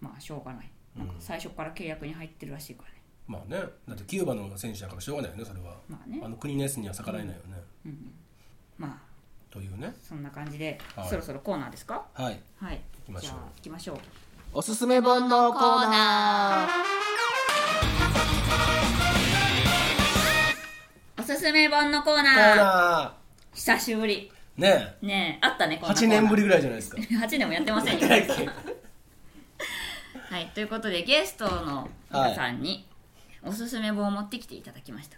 Speaker 3: まあしょうがないなんか最初から契約に入ってるらしいからね
Speaker 4: まあねだってキューバの選手だからしょうがないよねそれは、
Speaker 3: まあね
Speaker 4: あの国のやつには逆らえないよね、
Speaker 3: うん、まあ
Speaker 4: というね
Speaker 3: そんな感じで、
Speaker 4: はい
Speaker 3: そろそろコーナーですか
Speaker 4: はい
Speaker 3: はい
Speaker 4: きましょ
Speaker 3: じ
Speaker 4: う
Speaker 3: ゃあ行きましょう
Speaker 4: おすすめ本のコーナー
Speaker 3: おすすめ本のコー
Speaker 4: コ
Speaker 3: ナー
Speaker 4: ーナ
Speaker 3: 久しぶり
Speaker 4: ーね
Speaker 3: ねえあったね
Speaker 4: え
Speaker 3: こんなコー
Speaker 4: 8
Speaker 3: ナー
Speaker 4: 年ぶりぐらいじゃない *laughs* ですか
Speaker 3: 8年もやってませんよ
Speaker 4: やってないっ
Speaker 3: はいということでゲストの皆さんにおすすめ本を持ってきていただきました、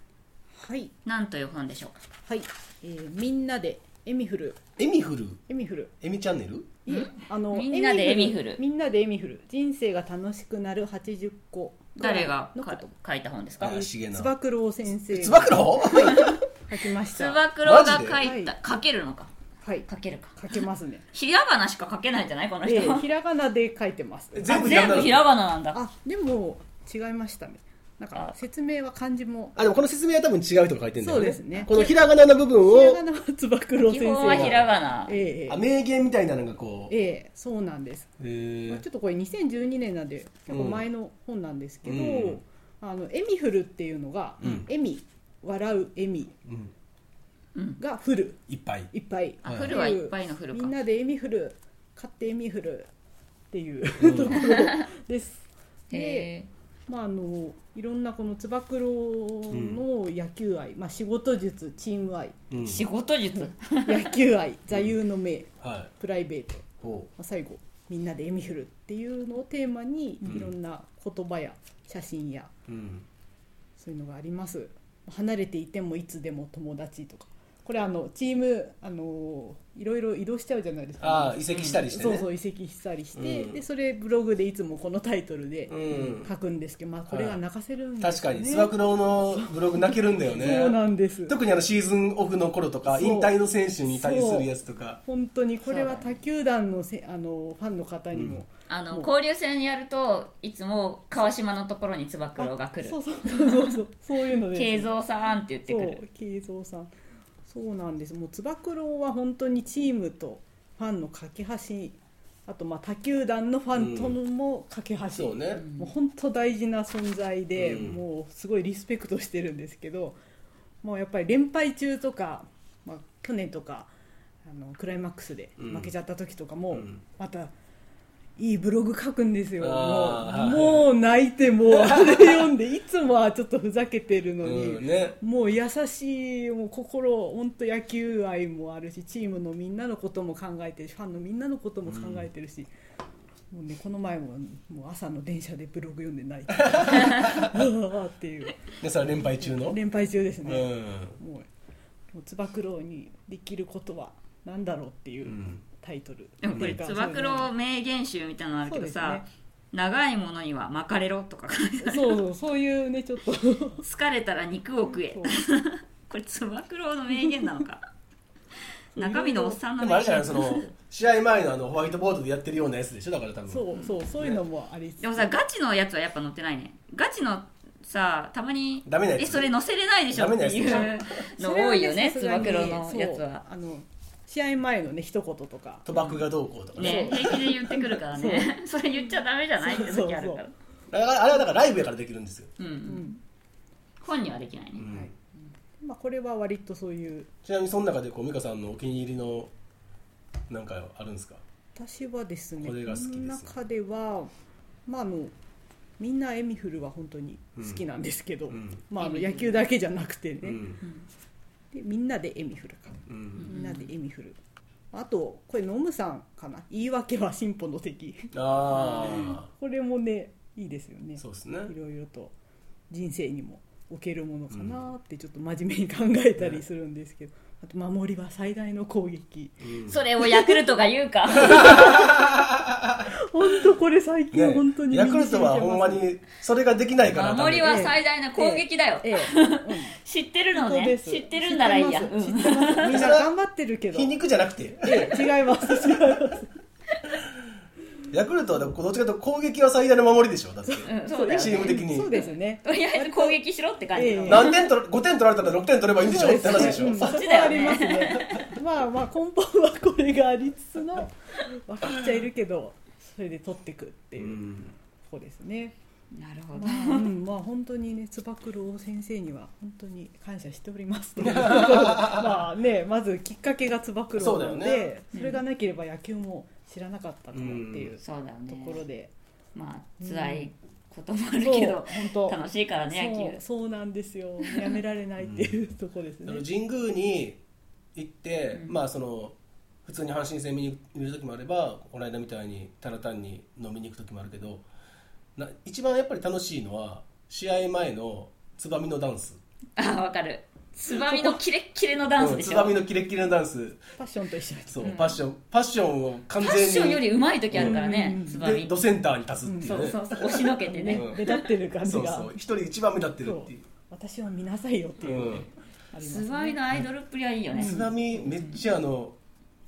Speaker 5: はい
Speaker 3: なんという本でしょうか
Speaker 5: はい、えーみんなでエミフル
Speaker 4: けエミフル
Speaker 5: エミフル
Speaker 4: エミチャンネル
Speaker 5: いえあの
Speaker 3: みんなでエミフル
Speaker 5: みんなでエミフル人生が楽しくなる80個
Speaker 3: 誰が
Speaker 5: のこ
Speaker 3: か
Speaker 5: と
Speaker 3: 書いた本ですか
Speaker 4: ああしげ
Speaker 5: つ
Speaker 4: な
Speaker 5: ば九郎先生
Speaker 4: つば九郎 *laughs*
Speaker 5: 書きまし
Speaker 3: つ
Speaker 5: た
Speaker 3: ば九郎が書
Speaker 5: マ
Speaker 3: い
Speaker 5: ジ
Speaker 3: た
Speaker 5: で
Speaker 3: 書けるのか
Speaker 5: はい
Speaker 3: 書けるか
Speaker 5: 書けますね
Speaker 3: ひらがなしか書けないんじゃないこの人、
Speaker 5: ええひらがなで書いてます
Speaker 4: え
Speaker 3: 全
Speaker 4: 全
Speaker 3: 部
Speaker 4: 部やんな
Speaker 3: ひらがななんだ
Speaker 5: あでも違いましたねなんか
Speaker 3: あ
Speaker 5: 説明は漢字も
Speaker 4: あでもこの説明は多分違う人が書いてんだよね
Speaker 5: そうですね
Speaker 4: このひらがなの部分
Speaker 5: ひら
Speaker 4: を
Speaker 5: がなはつば九郎
Speaker 3: 基
Speaker 5: 先生
Speaker 3: 本はひらがな
Speaker 5: ええ
Speaker 4: あ名言みたいなのがこう
Speaker 5: ええそうなんです
Speaker 4: へえ
Speaker 5: まあちょっとこれ2012年なんで結構前の本なんですけど、
Speaker 4: うん
Speaker 5: あのエミフルっていうのが、
Speaker 4: うん
Speaker 5: エミ笑うエミ
Speaker 4: うん
Speaker 5: がフル
Speaker 4: いっぱい
Speaker 5: いっぱい
Speaker 3: あ
Speaker 4: はい
Speaker 3: フルはいっぱいのフル
Speaker 5: み
Speaker 3: か
Speaker 5: んなでエミフル買ってエミフルっていう、 *laughs*
Speaker 4: うん
Speaker 5: ところです。で、
Speaker 3: へ
Speaker 5: まあ、あのいろんなこのつば九郎の野球愛、まあ、仕事術チーム愛 *laughs*
Speaker 4: うん
Speaker 3: え仕事術
Speaker 5: 野球愛座右の銘、
Speaker 4: はい
Speaker 5: プライベート、ま
Speaker 4: ほ
Speaker 5: あ、最後みんなでエミフルっていうのをテーマに、
Speaker 4: うん
Speaker 5: いろんな言葉や写真や
Speaker 4: ううん
Speaker 5: そういうのがあります離れていてもいつでも友達とかこれあのチームあのいろいろ移動しちゃうじゃないです
Speaker 4: あ
Speaker 5: か
Speaker 4: あ移籍したりして
Speaker 5: そう
Speaker 4: ね
Speaker 5: そう移籍したりして、
Speaker 4: うん
Speaker 5: でそれブログでいつもこのタイトルで
Speaker 4: うん
Speaker 5: 書くんですけど、まあ、これが泣かせるんで
Speaker 4: 確
Speaker 5: す
Speaker 4: か
Speaker 5: よ
Speaker 4: にスワクロのブログ泣けるんだよ
Speaker 5: そう
Speaker 4: ね
Speaker 5: なんです
Speaker 4: 特にあのシーズンオフの頃とか
Speaker 5: そう
Speaker 4: 引退の選手に対するやつとか
Speaker 5: 本当にこれは
Speaker 3: そうだ
Speaker 5: 他球団のせあのファンの方にも、
Speaker 3: あの
Speaker 5: もう
Speaker 3: 交流戦やるといつも川島のところにつば九郎が来る
Speaker 5: そうそうそうそうそうそういうので
Speaker 3: 慶三さんって言ってく
Speaker 5: そ
Speaker 3: る
Speaker 5: う慶三さんそうなんですもうつば九郎は本当にチームとファンの架け橋あとまあ他球団のファンとのも架け橋、
Speaker 4: そうね
Speaker 5: もう本当大事な存在で、
Speaker 4: うん
Speaker 5: もうすごいリスペクトしてるんですけどもうやっぱり連敗中とか、まあ、去年とかあのクライマックスで
Speaker 4: うん
Speaker 5: 負けちゃった時とかも、
Speaker 4: うん
Speaker 5: またいいブログ書くんですよ
Speaker 4: あー
Speaker 5: もうもう泣いてもうあれ読んでいつもはちょっとふざけてる
Speaker 4: う
Speaker 5: のに。
Speaker 4: んね
Speaker 5: もう優しいもう心本当野球愛もあるしチームのみんなのことも考えてるしファンのみんなのことも考えてるし、もうねこの前ももう朝の電車でブログ読んで泣いてう *laughs* わーっていう
Speaker 4: でそれは連敗中の
Speaker 5: 連敗中です
Speaker 4: う
Speaker 5: ね、
Speaker 4: ん
Speaker 5: もうもうつば九郎にできることは何だろうっていううんタイトル、
Speaker 3: でもこれつば九郎名言集みたいなのあるけどさ、長いものには巻かれろ
Speaker 4: *laughs*
Speaker 3: とか書いてある
Speaker 5: そうそうそういうねちょっとそう
Speaker 3: 疲れたら肉を食え *laughs* これつば九郎の名言なのか
Speaker 5: そう
Speaker 3: 中身のおっさんの
Speaker 4: でもあれ
Speaker 3: 名
Speaker 4: じゃない
Speaker 3: 言
Speaker 5: *laughs*
Speaker 4: その試合前のあのホワイトボードでやってるようなやつでしょだから多分
Speaker 5: そうそうそういうのもありつつ
Speaker 3: *laughs* でもさガチのやつはやっぱ載ってないねガチのさたまに
Speaker 4: ダメなやつ
Speaker 3: えそれ載せれないでしょっていう
Speaker 4: ダ
Speaker 3: の多いよねつ
Speaker 5: それは
Speaker 3: ば
Speaker 5: ね
Speaker 3: 九郎のやつ
Speaker 5: そう
Speaker 3: は
Speaker 5: あの試合前のね一言とか
Speaker 4: 賭博がどうこうとかね
Speaker 3: ね平気で言ってくるからね *laughs* それ言っちゃダメじゃないって時あるから
Speaker 5: そう
Speaker 4: だからあれはだからライブやからできるんですよ
Speaker 3: うんう
Speaker 5: うんん
Speaker 3: 本にはできないうね
Speaker 4: ん
Speaker 5: はいまあこれは割とそういう
Speaker 4: ちなみにその中でこう美香さんのお気に入りのなんかあるんですか
Speaker 5: 私はですね
Speaker 4: これが好きです
Speaker 5: の中ではまああのみんなエミフルは本当に好きなんですけど、
Speaker 4: うん
Speaker 5: まああの
Speaker 3: エミフル
Speaker 5: 野球だけじゃなくてね、
Speaker 4: うん
Speaker 5: でみんなでエミフルか
Speaker 4: うんん
Speaker 5: みんなでエミフル、あとこれノムさんかな言い訳は進歩の敵 *laughs*
Speaker 4: あ
Speaker 5: これもねいいですよね
Speaker 4: あそうですね
Speaker 5: いろいろと人生にも置けるものかなってちょっと真面目に考えたりするんですけど、あと守りは最大の攻撃
Speaker 4: うん
Speaker 3: それをヤクルトが言うか
Speaker 5: 本当これ最近
Speaker 4: ね
Speaker 5: 本当に身
Speaker 4: ヤ
Speaker 5: に
Speaker 4: クルトはほんま
Speaker 5: 染みて
Speaker 4: にそれができないから
Speaker 3: 守りは最大な攻撃だよ、
Speaker 5: ええ、
Speaker 3: 知ってる
Speaker 5: うん
Speaker 3: の
Speaker 5: 本当
Speaker 3: ね
Speaker 5: です
Speaker 3: 知ってるんならいいや、
Speaker 5: 知っ
Speaker 3: う
Speaker 5: てます
Speaker 3: ん
Speaker 5: 知ってますみんな頑張ってるけど
Speaker 4: 皮肉じゃなくて
Speaker 5: ええ違います違います
Speaker 4: ヤクルトはでもどっちかというと攻撃は最大の守りでしょだって
Speaker 3: うん、そうだよ、
Speaker 4: チーム
Speaker 3: ね、
Speaker 4: 的に
Speaker 5: そうですね
Speaker 3: とりあえず攻撃しろって感じの、
Speaker 5: ええ
Speaker 4: 何点取ら5点取られたら6点取ればいいんでしょ
Speaker 5: そう
Speaker 4: って話でしょ
Speaker 5: うん
Speaker 4: う
Speaker 5: そ
Speaker 3: っち
Speaker 5: こ
Speaker 3: だ
Speaker 5: は
Speaker 3: よ
Speaker 5: あ
Speaker 3: ね
Speaker 5: りますねまあまあ根本はこれがありつつの分かっちゃいるけどそれで取ってくっていう、
Speaker 4: ん
Speaker 5: ここですね。
Speaker 3: なるほど
Speaker 5: まあ、うん、まあ本当にね、つば九郎先生には本当に感謝しております
Speaker 3: *laughs*
Speaker 5: ということとまあね、まずきっかけがつば九郎なので、そ
Speaker 4: そうだよね
Speaker 5: れがなければ野球も知らなかったかなっていう
Speaker 3: そうだよ
Speaker 5: と
Speaker 3: ね
Speaker 5: ころで、
Speaker 3: まあ
Speaker 5: うん
Speaker 3: 辛いこともあるけ
Speaker 5: そう
Speaker 3: ど、
Speaker 5: 本当
Speaker 3: 楽しいからね野球
Speaker 5: そうそうなんですよ、やめられないっていうところです
Speaker 4: そ
Speaker 5: ね
Speaker 4: の。神宮に行って、
Speaker 3: うん
Speaker 4: まあその普通に阪神戦見に見る時もあればこの間みたいにただ単に飲みに行く時もあるけどな一番やっぱり楽しいのは試合前のつばみのダンス
Speaker 3: ああわかるつばみのキレッキレのダンスでし
Speaker 4: つ
Speaker 3: ょ、
Speaker 4: ばみのキレッキレのダンス
Speaker 5: パッションと一緒に。
Speaker 4: そう、
Speaker 3: うん
Speaker 4: パッションパッションを完
Speaker 3: ファッショ
Speaker 4: 全
Speaker 3: ンよ
Speaker 4: に
Speaker 3: りうまい時あるからね、
Speaker 5: うん
Speaker 3: つば
Speaker 4: で
Speaker 3: み
Speaker 4: ドセンターに立つってい
Speaker 3: そうう
Speaker 4: ね、
Speaker 3: そうそう押しのけてね、
Speaker 4: う
Speaker 5: 目
Speaker 4: ん
Speaker 5: 立ってる感じ
Speaker 4: そう
Speaker 5: が。
Speaker 4: そう一人一番目立ってるっていう
Speaker 5: 私を見なさいよっていうう、
Speaker 4: ん
Speaker 5: あります
Speaker 3: つばみのアイドルっぷりはいいよね、
Speaker 4: 津波めっちゃあの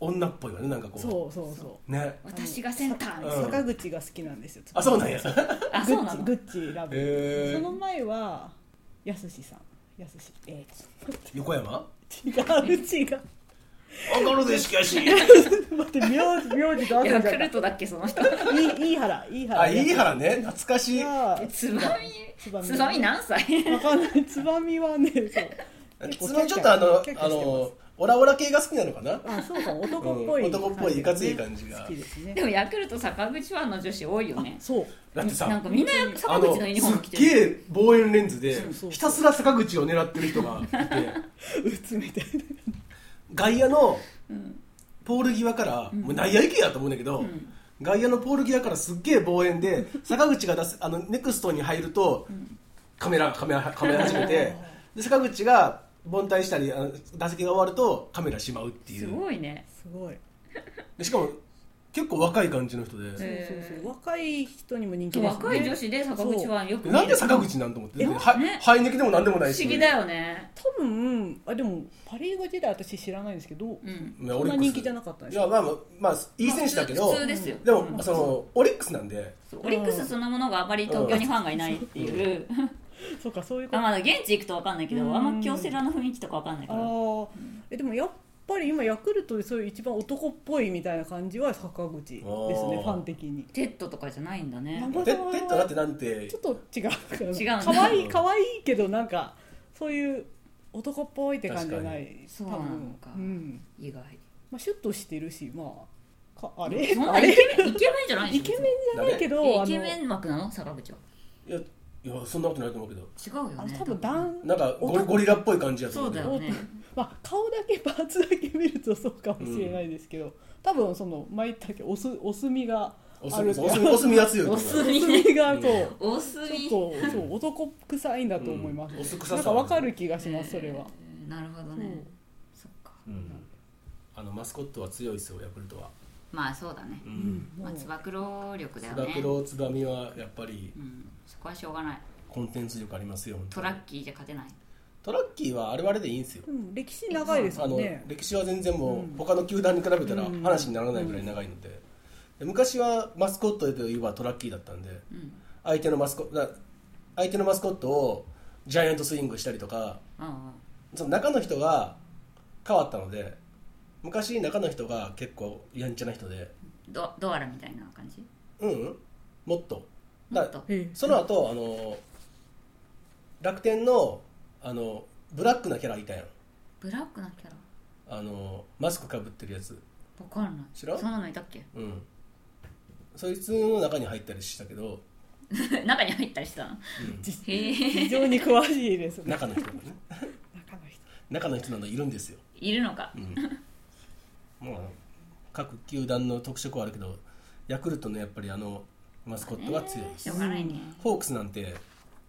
Speaker 4: 女っぽいわねなんかこう
Speaker 5: そうそうそ
Speaker 4: ね
Speaker 3: 私がセンターみ
Speaker 5: う、
Speaker 3: たい
Speaker 4: うん
Speaker 3: な
Speaker 5: 坂口が好きなんですよ
Speaker 4: あそうなんや
Speaker 5: グ
Speaker 3: あそうな
Speaker 5: ッチ
Speaker 3: の
Speaker 5: グッチラブ、
Speaker 4: へー
Speaker 5: その前はやすしさんやすしえ
Speaker 4: 横山
Speaker 5: ー、違う違う
Speaker 4: 上がるでしかし
Speaker 5: 待って名字名字と合わせ
Speaker 3: ヤ
Speaker 5: ち
Speaker 3: ク
Speaker 5: ゃった
Speaker 3: ルトだっけその人
Speaker 5: いいいい原いい原
Speaker 4: あいい原ね懐かしい
Speaker 5: が
Speaker 3: つばみ
Speaker 5: つばみ
Speaker 3: つばみ何歳 *laughs*
Speaker 5: わかんないつばみはねそう
Speaker 4: 普通のちょっとあの
Speaker 5: 結構
Speaker 4: あのオラオラ系が好きなのかな
Speaker 5: あそうかも男っぽい、
Speaker 4: うん男っぽいいかつい感じが
Speaker 5: 好きですね
Speaker 3: でもヤクルト坂口ファンの女子多いよね
Speaker 5: そう
Speaker 4: だ
Speaker 3: な
Speaker 4: って
Speaker 3: ん
Speaker 4: さ
Speaker 3: かみんな
Speaker 4: あ
Speaker 3: 坂
Speaker 4: の
Speaker 3: 口
Speaker 4: す
Speaker 3: のユニフォーム着
Speaker 4: ってげ
Speaker 3: る
Speaker 4: え望遠レンズで
Speaker 5: そうそうそう
Speaker 4: ひたすら坂口を狙ってる人がいて
Speaker 5: うつみたいな
Speaker 4: 外野の
Speaker 3: うん
Speaker 4: ポール際からもう内野行けやと思うんだけど
Speaker 3: ん
Speaker 4: 外野のポール際からすっげえ望遠で坂口が出すあのネクストに入るとカメラカメラカメラ始めてで坂口が凡退したりあの打席が終わるとカメラしまうってい
Speaker 3: す
Speaker 4: う
Speaker 3: ごいね
Speaker 5: すごい
Speaker 4: でしかも結構若い感じの人
Speaker 5: そう
Speaker 4: で
Speaker 5: そう
Speaker 3: へ
Speaker 5: そ
Speaker 3: ー
Speaker 5: う若い人にも人気ですね
Speaker 3: 若い女子で坂口ファンよく見る
Speaker 4: なんで坂口なんと思って
Speaker 5: え
Speaker 4: は生え抜きでもなんでも
Speaker 3: 不
Speaker 4: ないし
Speaker 3: 思議だよね
Speaker 5: 多分あでもパ・リーグ時代私知らないんですけど、
Speaker 3: うん
Speaker 4: いや
Speaker 5: そんな
Speaker 4: オリックス
Speaker 5: 人気じゃなかったん
Speaker 4: い
Speaker 5: です
Speaker 4: や
Speaker 5: か
Speaker 4: まあまあ、まあ、いい選手だけど
Speaker 3: 普通ですよ
Speaker 4: でもそのオリックスなんで
Speaker 3: オリックスそのものがあまり東京にファンがいないっていう
Speaker 5: そうかそういうこ
Speaker 3: あ
Speaker 5: とあ
Speaker 3: まだ現地行くと分かんないけど
Speaker 5: うん
Speaker 3: あんま京セラの雰囲気とか分かんない
Speaker 5: あ
Speaker 3: から
Speaker 5: ーえでもやっぱり今ヤクルトでそういう一番男っぽいみたいな感じは坂口ですね
Speaker 4: あ
Speaker 5: フ
Speaker 4: ー
Speaker 5: ァン的に
Speaker 3: テッドとかじゃないんだね
Speaker 5: なんか
Speaker 4: テッドだってなんて
Speaker 5: ちょっと違うから
Speaker 3: 違うんだ
Speaker 5: 可愛い可愛いけどなんかそういう男っぽいって感じじゃない
Speaker 3: 確かにそうなのか
Speaker 5: うん
Speaker 3: 意外
Speaker 5: まあ、シュッとしてるしまあかあれ
Speaker 3: そん
Speaker 5: あ
Speaker 3: なイ
Speaker 5: れ
Speaker 3: ケメンイケメンじゃないでし
Speaker 5: イ
Speaker 3: ょ
Speaker 5: ケメンじゃないけ
Speaker 3: え
Speaker 5: ど
Speaker 3: イケメ
Speaker 5: あ
Speaker 3: ン枠なの坂口はい
Speaker 4: やいやそんなことないと思うけど
Speaker 3: 違うよ
Speaker 5: のあ
Speaker 3: ね
Speaker 5: の多分男
Speaker 4: なんかゴリゴリラっぽい感じやと
Speaker 3: そ
Speaker 4: 思
Speaker 3: うだ
Speaker 4: けど
Speaker 3: よね
Speaker 5: まあ、顔だけパーツだけ見るとそうかもしれないですけど、多分その前言ったっけおすお墨が
Speaker 4: お
Speaker 5: ある
Speaker 4: 墨お墨お墨が強いと
Speaker 3: お
Speaker 4: 思う
Speaker 5: お
Speaker 3: 墨ね
Speaker 5: 墨がそう、
Speaker 3: お墨
Speaker 5: ちょっとそう男臭いんだと思います、
Speaker 4: うんお酢臭さ
Speaker 5: なんかわかる気がしますそれは、
Speaker 3: えーなるほどねそっか
Speaker 4: うんあのマスコットは強いですよヤクルトは
Speaker 3: まあそうだね
Speaker 4: うん
Speaker 5: も
Speaker 3: まあ
Speaker 5: う
Speaker 3: つば九郎力だ
Speaker 4: つ
Speaker 3: よ
Speaker 4: ば
Speaker 3: ね
Speaker 4: 九郎つばみはやっぱり
Speaker 3: うんそこはしょうがない
Speaker 4: コンテンツ力ありますよ本当
Speaker 3: ト
Speaker 4: に
Speaker 3: ラッキーじゃ勝てない
Speaker 4: トラッキーはあれはあれでいいんですよ
Speaker 5: うん、歴史長いです
Speaker 4: あ
Speaker 5: よ
Speaker 4: の
Speaker 5: ね
Speaker 4: 歴史は全然も
Speaker 5: うん
Speaker 4: う他の球団に比べたら
Speaker 5: うん
Speaker 4: 話にならないぐらい長いのでで昔はマスコットといえばトラッキーだったんで
Speaker 3: うん
Speaker 4: 相手のマスコだ相手のマスコットをジャイアントスイングしたりとか
Speaker 3: うんうん
Speaker 4: その中の人が変わったので昔中の人が結構やんちゃな人で
Speaker 3: ドドアラみたいな感じ
Speaker 4: うん、うん、もっと
Speaker 3: も
Speaker 4: だ
Speaker 3: っと
Speaker 5: ええ
Speaker 4: その後あの楽天のあのブラックなキャラいたやん
Speaker 3: ブラックなキャラ
Speaker 4: あのマスクかぶってるやつ
Speaker 3: わかんない
Speaker 4: 知らん
Speaker 3: そんなのいたっけ *laughs*
Speaker 4: うんそいつの中に入ったりしたけど、
Speaker 3: 中に入ったりしたの
Speaker 4: うん
Speaker 3: へえ
Speaker 5: 非常に詳しいです *laughs* ね
Speaker 4: 中
Speaker 3: *laughs*
Speaker 4: の人がね
Speaker 5: 中の人
Speaker 4: 中の人なのいるんですよ、
Speaker 3: いるのか
Speaker 4: うん、もう各球団の特色はあるけどヤクルトのやっぱりあのマスコットは強いです
Speaker 3: しょうがないね
Speaker 4: ホークスなんて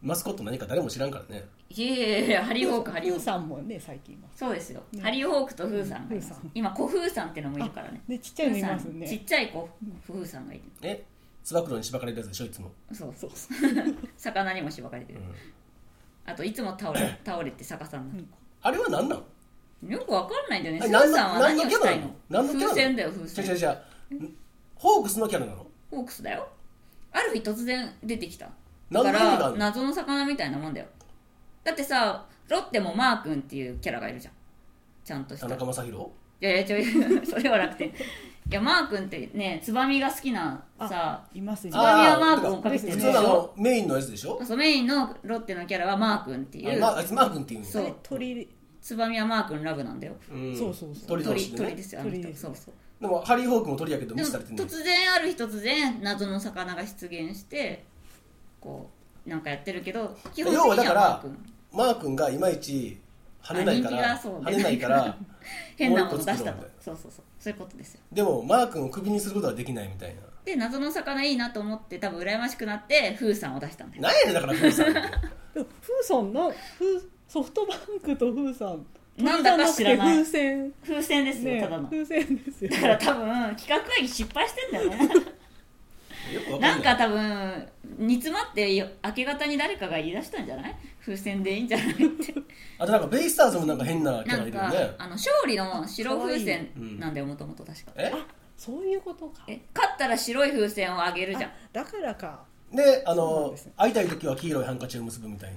Speaker 4: マスコット何か誰も知らんからね
Speaker 3: いやいやいやハリーホークハリーホーク
Speaker 5: さんもね最近います
Speaker 3: そうですよ、
Speaker 5: ね
Speaker 3: ハリーホークとフーさんがいます
Speaker 5: フーさん
Speaker 3: 今小フーさんってのもいるからね
Speaker 5: でちっちゃいのいます
Speaker 3: フーさんちっ
Speaker 5: ね
Speaker 3: ちゃい子フーさんがいる
Speaker 4: えつば九郎にしばかれるやつでしょいつも、
Speaker 3: そう
Speaker 5: そうそ
Speaker 3: *laughs* 魚にもしばかれて
Speaker 4: う
Speaker 3: る、
Speaker 4: ん
Speaker 3: あといつも倒
Speaker 4: *laughs*
Speaker 3: れ倒れて逆さになる、
Speaker 4: あれは何なの
Speaker 3: よくわかんないんだよね
Speaker 4: あ
Speaker 3: フ
Speaker 4: れ
Speaker 3: ーさんは何をしたいの
Speaker 4: 何のキャラなの何のキャラなの
Speaker 3: 風船だよ風
Speaker 4: 違う違う
Speaker 3: 船
Speaker 4: 違うホークスのキャラなの
Speaker 3: ホークスだよある日突然出てきただ
Speaker 4: 何
Speaker 3: か
Speaker 4: の意味があ
Speaker 3: ら
Speaker 4: るの
Speaker 3: 謎の魚みたいなもんだよだってさロッテもマー君っていうキャラがいるじゃんちゃんとし *laughs*
Speaker 4: 田
Speaker 3: た
Speaker 4: 中将大
Speaker 3: いやいやちょいそれは楽天いやマー君ってねつばみが好きなさ
Speaker 5: いますい
Speaker 3: つばみ
Speaker 5: ま
Speaker 3: はマー君をかけてる
Speaker 4: 普
Speaker 3: で
Speaker 4: 通
Speaker 3: し
Speaker 4: のあ
Speaker 3: ょ
Speaker 4: のメインのやつでしょ
Speaker 3: そうメインのロッテのキャラはマー君ってい
Speaker 4: あ
Speaker 3: う
Speaker 4: まああいつマー君っていうんだ
Speaker 5: す。
Speaker 3: そ
Speaker 5: あ
Speaker 3: う
Speaker 5: れ鳥
Speaker 3: つばみはマー君ラブなんだよ
Speaker 4: うん
Speaker 5: そうそうそう
Speaker 4: 鳥同
Speaker 3: 鳥
Speaker 4: 士で
Speaker 3: 鳥で
Speaker 4: ね
Speaker 3: すよあの
Speaker 5: 鳥
Speaker 3: 人
Speaker 5: です
Speaker 3: そうそう
Speaker 4: でもハリー・ホークも鳥やけど
Speaker 3: で
Speaker 4: 無
Speaker 3: も
Speaker 4: 視されてるんだ
Speaker 3: 突
Speaker 4: よ
Speaker 3: 然ある日突然謎の魚が出現してこうなんかやってるけど基本的
Speaker 4: 要はだ
Speaker 3: に
Speaker 4: か
Speaker 3: はマー君
Speaker 4: らマー君がいまいち跳ねないか
Speaker 3: あ人気
Speaker 4: ら
Speaker 3: がそうね
Speaker 4: 跳ねな
Speaker 3: *laughs*
Speaker 4: いから
Speaker 3: 変なもの出した
Speaker 4: も
Speaker 3: と
Speaker 4: う一個作ろうみたいな
Speaker 3: そうそうそうそういうことですよ
Speaker 4: でもマー君をクビにすることはできないみたい
Speaker 3: で謎の魚いいなと思って多分羨ましくなってフーさんを出したんだよ
Speaker 4: ななんやねんだからフーさんって
Speaker 5: でもフーさんなフーソフトバンクとフーさん
Speaker 3: なんだか知らない
Speaker 5: 鳥じゃなくて
Speaker 3: 風船です
Speaker 5: 風船ね
Speaker 3: よただの
Speaker 5: 風船ですよ
Speaker 3: だから多分企画会議失敗してんだよね
Speaker 4: よくわ
Speaker 3: な
Speaker 4: か
Speaker 3: ん
Speaker 4: ん
Speaker 3: か
Speaker 4: ない
Speaker 3: 多分煮詰まってよ明け方に誰かが言い出したんじゃない風船でいいんじゃないって
Speaker 4: あとなんかベイスターズもなんか変なキャ
Speaker 3: な
Speaker 4: ラい
Speaker 3: ん
Speaker 4: るよ
Speaker 3: か、
Speaker 4: ね
Speaker 3: あの勝利の白風船なんだよもともと確か
Speaker 4: え
Speaker 5: そういうことか
Speaker 3: え勝ったら白い風船をあげるじゃん
Speaker 5: だからか
Speaker 4: であ
Speaker 5: そうなん
Speaker 4: の
Speaker 5: ですよ
Speaker 4: 会いたい時は黄色いハンカチを結ぶみたい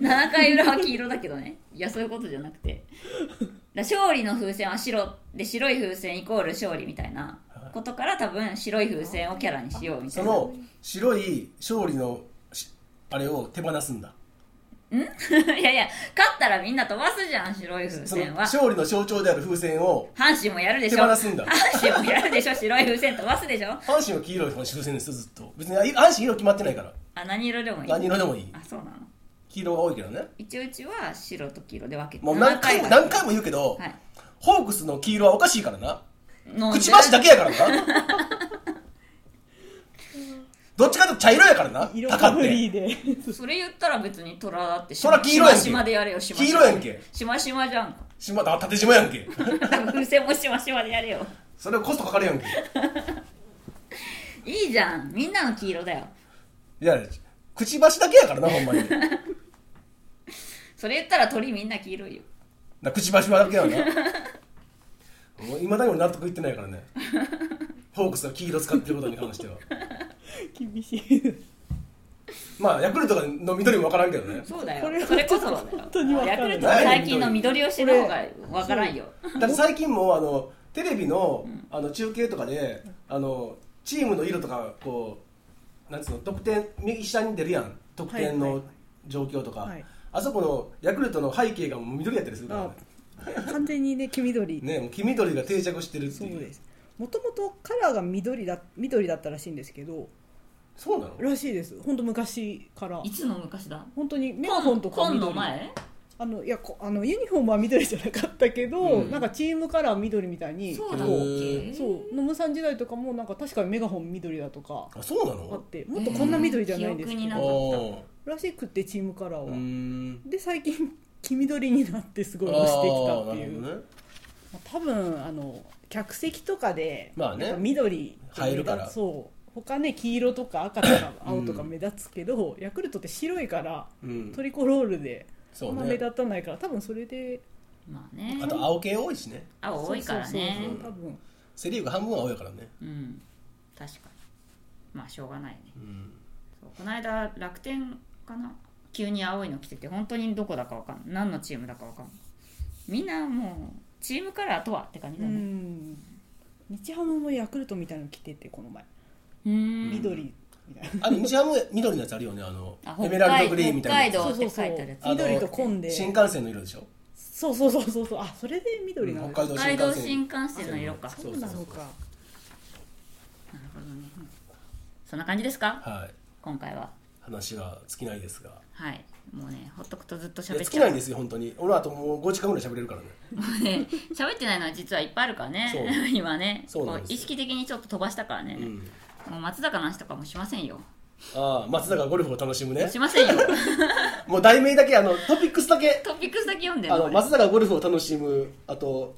Speaker 4: な
Speaker 3: 7回裏は黄色だけどね *laughs* いやそういうことじゃなくてだ勝利の風船は白で白い風船イコール勝利みたいなことから多分白い風船をキャラにしようみた
Speaker 4: そ
Speaker 3: いな
Speaker 4: の白い勝利のしあれを手放すんだ
Speaker 3: *laughs* いやいや勝ったらみんな飛ばすじゃん白い風
Speaker 4: その
Speaker 3: 船は
Speaker 4: 勝利の象徴である風船を
Speaker 3: 阪神もやるでし
Speaker 4: 手
Speaker 3: ょ
Speaker 4: 放
Speaker 3: 阪
Speaker 4: すんだ
Speaker 3: 神もやるでしょ白い風船飛ばすでしょ
Speaker 4: 阪神は黄色い風船ですよずっと別にあい阪神色決まってないから
Speaker 3: あ何色でもいい
Speaker 4: 何色でもいい
Speaker 3: あそうなの
Speaker 4: 黄色が多いけどね
Speaker 3: 一応うちは白と黄色で分けて
Speaker 4: もう何回も
Speaker 3: は
Speaker 4: 何回も言うけど、
Speaker 3: はい
Speaker 4: ホークスの黄色はおかしいからな
Speaker 3: 飲んで
Speaker 4: くちばしだけやからなどっちかというと茶色やからな
Speaker 5: 色
Speaker 4: タカ
Speaker 5: か
Speaker 4: っ
Speaker 5: ぶり
Speaker 4: て
Speaker 5: で *laughs*
Speaker 3: それ言ったら別に虎だって
Speaker 4: 虎黄色やんけ
Speaker 3: しましまでやれよしましま
Speaker 4: 黄色やんけ
Speaker 3: しましまじゃんか
Speaker 4: 島だ縦島やんけ
Speaker 3: 風船もしましまでやれよ
Speaker 4: それコストかかるやんけ
Speaker 3: いいじゃんみんなの黄色だよ
Speaker 4: いやくちばしだけやからなほんま
Speaker 5: *laughs*
Speaker 4: に
Speaker 3: それ言ったら鳥みんな黄色いよ
Speaker 4: なくちばしはだけやなもうまだに俺納得いってないからねホークスが黄色使ってることに関して
Speaker 5: *laughs*
Speaker 4: は
Speaker 5: 厳しい
Speaker 4: まあヤクルトの緑も分からんけどね
Speaker 3: そうだよ
Speaker 5: これは
Speaker 3: それこそだよ
Speaker 5: 本当にわかんない
Speaker 3: ヤクルトは最近の緑推しの方がわからんよ
Speaker 4: だって最近もあのテレビのあの中継とかであのチームの色とかこうなんつうの得点右下に出るやん得点
Speaker 5: はいは
Speaker 4: の
Speaker 5: いはい
Speaker 4: 状況とか、
Speaker 5: はい
Speaker 4: あそこのヤクルトの背景がもう緑やったりするからね
Speaker 5: あ完全にね黄緑
Speaker 4: ねもう黄緑が定着してるって
Speaker 5: そ
Speaker 4: いう
Speaker 5: うですもともとカラーが緑だ緑だったらしいんですけど
Speaker 4: そうなの
Speaker 5: らしいです本当昔から
Speaker 3: いつの昔だ
Speaker 5: 本当にメガホンとか
Speaker 3: 紺
Speaker 5: 緑
Speaker 3: の前
Speaker 5: あのいやこあのユニフォームは緑じゃなかったけど、
Speaker 4: うん
Speaker 5: なんかチームカラー緑みたいに
Speaker 3: そうだっ
Speaker 4: へ
Speaker 3: け
Speaker 4: ー
Speaker 5: そうノムさん時代とかもなんか確かにメガホン緑だとか
Speaker 4: あそうな
Speaker 5: あっ
Speaker 4: の
Speaker 5: てもっとこんな緑じゃないんですけ
Speaker 3: えー記憶にな
Speaker 5: ど、
Speaker 3: かった
Speaker 4: あ
Speaker 5: らしくってチームカラー
Speaker 4: あ
Speaker 5: は、
Speaker 4: うーん
Speaker 5: で最近黄緑になってすごい
Speaker 4: あ
Speaker 5: 押
Speaker 4: あ
Speaker 5: してきたって
Speaker 4: なる
Speaker 5: いう、
Speaker 4: ほどね
Speaker 5: まあ多分あの客席とかで、
Speaker 4: まあね
Speaker 5: やっぱ緑って目立
Speaker 4: 映えるから
Speaker 5: そう他ね黄色とか赤とか
Speaker 4: うん
Speaker 5: 青とか目立つけど、ヤクルトって白いから
Speaker 4: うん
Speaker 5: トリコロールで
Speaker 4: そ
Speaker 5: あん
Speaker 4: う
Speaker 5: ま目
Speaker 4: ね
Speaker 5: 立たないから、多分それで
Speaker 3: まあね
Speaker 4: あと青系多いしね
Speaker 3: 青多いからね
Speaker 5: そうそうそう多分
Speaker 4: セ・リーグ半分は青やからね
Speaker 3: うん確かにまあしょうがないね
Speaker 4: うん
Speaker 3: そうこの間楽天かな急に青いの着てて本当にどこだかわかんない何のチームだかわかんないみんなもうチームカラーとはって感じ
Speaker 5: う
Speaker 3: だね
Speaker 5: ん日ハムもヤクルトみたいなの着ててこの前
Speaker 3: うーん
Speaker 5: 緑みたいな、
Speaker 4: あの日ハム緑のやつあるよねあの
Speaker 3: あ
Speaker 4: エメラルドグリーンみたいなやつ
Speaker 3: 北海道って書いてあるやつ
Speaker 5: あの緑と混んで
Speaker 4: 新幹線の色でしょ
Speaker 5: そうそうそうそうそうあそれで緑なんだ
Speaker 4: 北海道
Speaker 3: 北
Speaker 4: 新
Speaker 3: 海
Speaker 4: 幹
Speaker 3: 道新幹
Speaker 4: 線
Speaker 3: 線の色か
Speaker 4: そ
Speaker 5: そうう
Speaker 4: そう
Speaker 5: な
Speaker 4: そう
Speaker 5: のか
Speaker 3: なるほどねそんな感じですか
Speaker 4: はい
Speaker 3: 今回は
Speaker 4: 話は尽きないですが
Speaker 3: はいもうねほっとくとずっと
Speaker 4: いや
Speaker 3: 喋っ
Speaker 4: 尽
Speaker 3: ち
Speaker 4: き
Speaker 3: ゃ
Speaker 4: な
Speaker 3: う
Speaker 4: いんですよ本当に俺はあともう5時間ぐらい喋れるからね
Speaker 3: もう *laughs* ね喋ってないのは実はいっぱいあるからね
Speaker 4: そ
Speaker 3: *laughs*
Speaker 4: う
Speaker 3: 今ね
Speaker 4: そうな
Speaker 3: こ
Speaker 4: んです
Speaker 3: う
Speaker 4: よ
Speaker 3: 意識的にちょっと飛ばしたからね
Speaker 4: う、ん
Speaker 3: もう松坂の話とかもしませんよ
Speaker 4: ああ松坂ゴルフを楽しむね
Speaker 3: しませ
Speaker 4: *laughs*
Speaker 3: んよ
Speaker 4: もう題名だけあのトピックスだけ
Speaker 3: トピックスだけ読んで
Speaker 4: あの
Speaker 3: 俺
Speaker 4: 松坂ゴルフを楽しむあと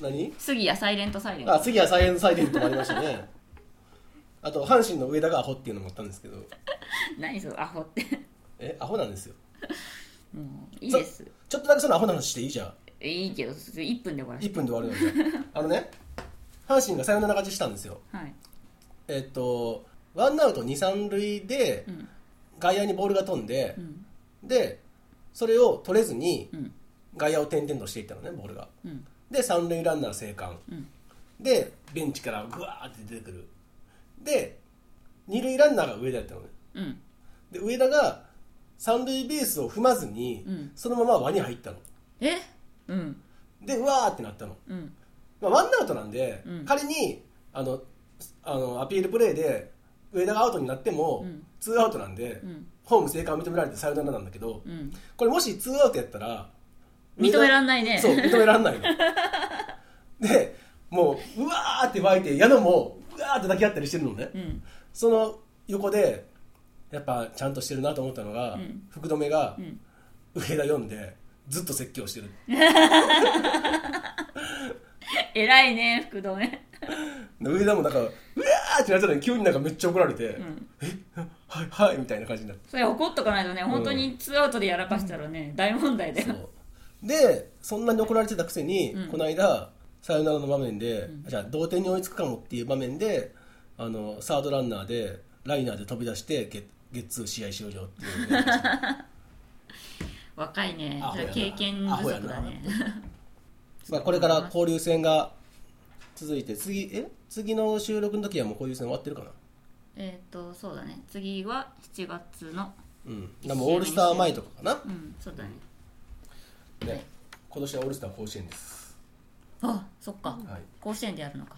Speaker 4: 何
Speaker 3: 杉谷サイレントサイレント
Speaker 4: あ次はサイエンスサイデントもありましたね *laughs* あと阪神の上田がアホっていうのもあったんですけど
Speaker 3: 何それアホって
Speaker 4: えアホなんですよ
Speaker 3: もういいです
Speaker 4: ちょっとだけそのアホな話していいじゃん
Speaker 3: いいけどそれ1分で終わらせ
Speaker 4: 1分で終わる
Speaker 3: *laughs*
Speaker 4: のであのね阪神がサヨナラ勝ちしたんですよ
Speaker 3: てはい、
Speaker 4: えっとワンアウト二三塁で
Speaker 3: うん
Speaker 4: 外野にボールが飛んで
Speaker 3: う、ん
Speaker 4: でそれを取れずに
Speaker 3: うん
Speaker 4: 外野を転々としていったのねボールが
Speaker 3: うん
Speaker 4: で三塁ランナー生還
Speaker 3: うん
Speaker 4: でベンチからグワーって出てくるで二塁ランナーが上田やったのね
Speaker 3: うん
Speaker 4: で上田が三塁ベースを踏まずに、
Speaker 3: うん
Speaker 4: そのまま輪に入ったの
Speaker 3: えうん
Speaker 4: でうわーってなったの、
Speaker 3: うん
Speaker 4: まあ、ワンアウトなんで、
Speaker 3: うん
Speaker 4: 仮にあのあのアピールプレーで上田がアウトになっても、
Speaker 3: うん
Speaker 4: ツーアウトなんで、
Speaker 3: うん
Speaker 4: ホーム生還認められてサヨナラなんだけど、
Speaker 3: うん
Speaker 4: これもしツーアウトやったら
Speaker 3: 認めらんないね
Speaker 4: そう認めらんな
Speaker 3: *laughs*
Speaker 4: いのでもううわーって湧いて矢野もうわーって抱き合ったりしてるのね、
Speaker 3: うん
Speaker 4: その横でやっぱちゃんとしてるなと思ったのが、
Speaker 3: うん
Speaker 4: 福留が
Speaker 3: うん
Speaker 4: 上田読んでずっと説教してる
Speaker 3: 偉いね福留
Speaker 4: で上田もなんかうわーってなってたのに急になんかめっちゃ怒られて、
Speaker 3: うん
Speaker 4: はいはいみたいな感じになって
Speaker 3: それ怒っとかないとね
Speaker 4: ん
Speaker 3: 本当にツーアウトでやらかしたらね、大問題だ
Speaker 4: そ
Speaker 3: よ
Speaker 4: うでそんなに怒られてたくせに、
Speaker 3: うん
Speaker 4: この間サヨナラの場面で、
Speaker 3: ん
Speaker 4: じゃあ同点に追いつくかもっていう場面であのサードランナーでライナーで飛び出してゲッゲッツー試合終了っていうね、
Speaker 3: 若いね
Speaker 4: アホやな
Speaker 3: 経験不足
Speaker 4: ア
Speaker 3: だ
Speaker 4: ホや
Speaker 3: ね
Speaker 4: まあこれから交流戦が続いて次え次の収録の時はもう交流戦終わってるかな
Speaker 3: えっとそうだね次は7月の
Speaker 4: うんでもうオールスター前とかかな、
Speaker 3: うんそうだね
Speaker 4: ね、今年はオールスター甲子園です、
Speaker 3: あそっか、
Speaker 4: はい
Speaker 3: 甲子園でやるのか、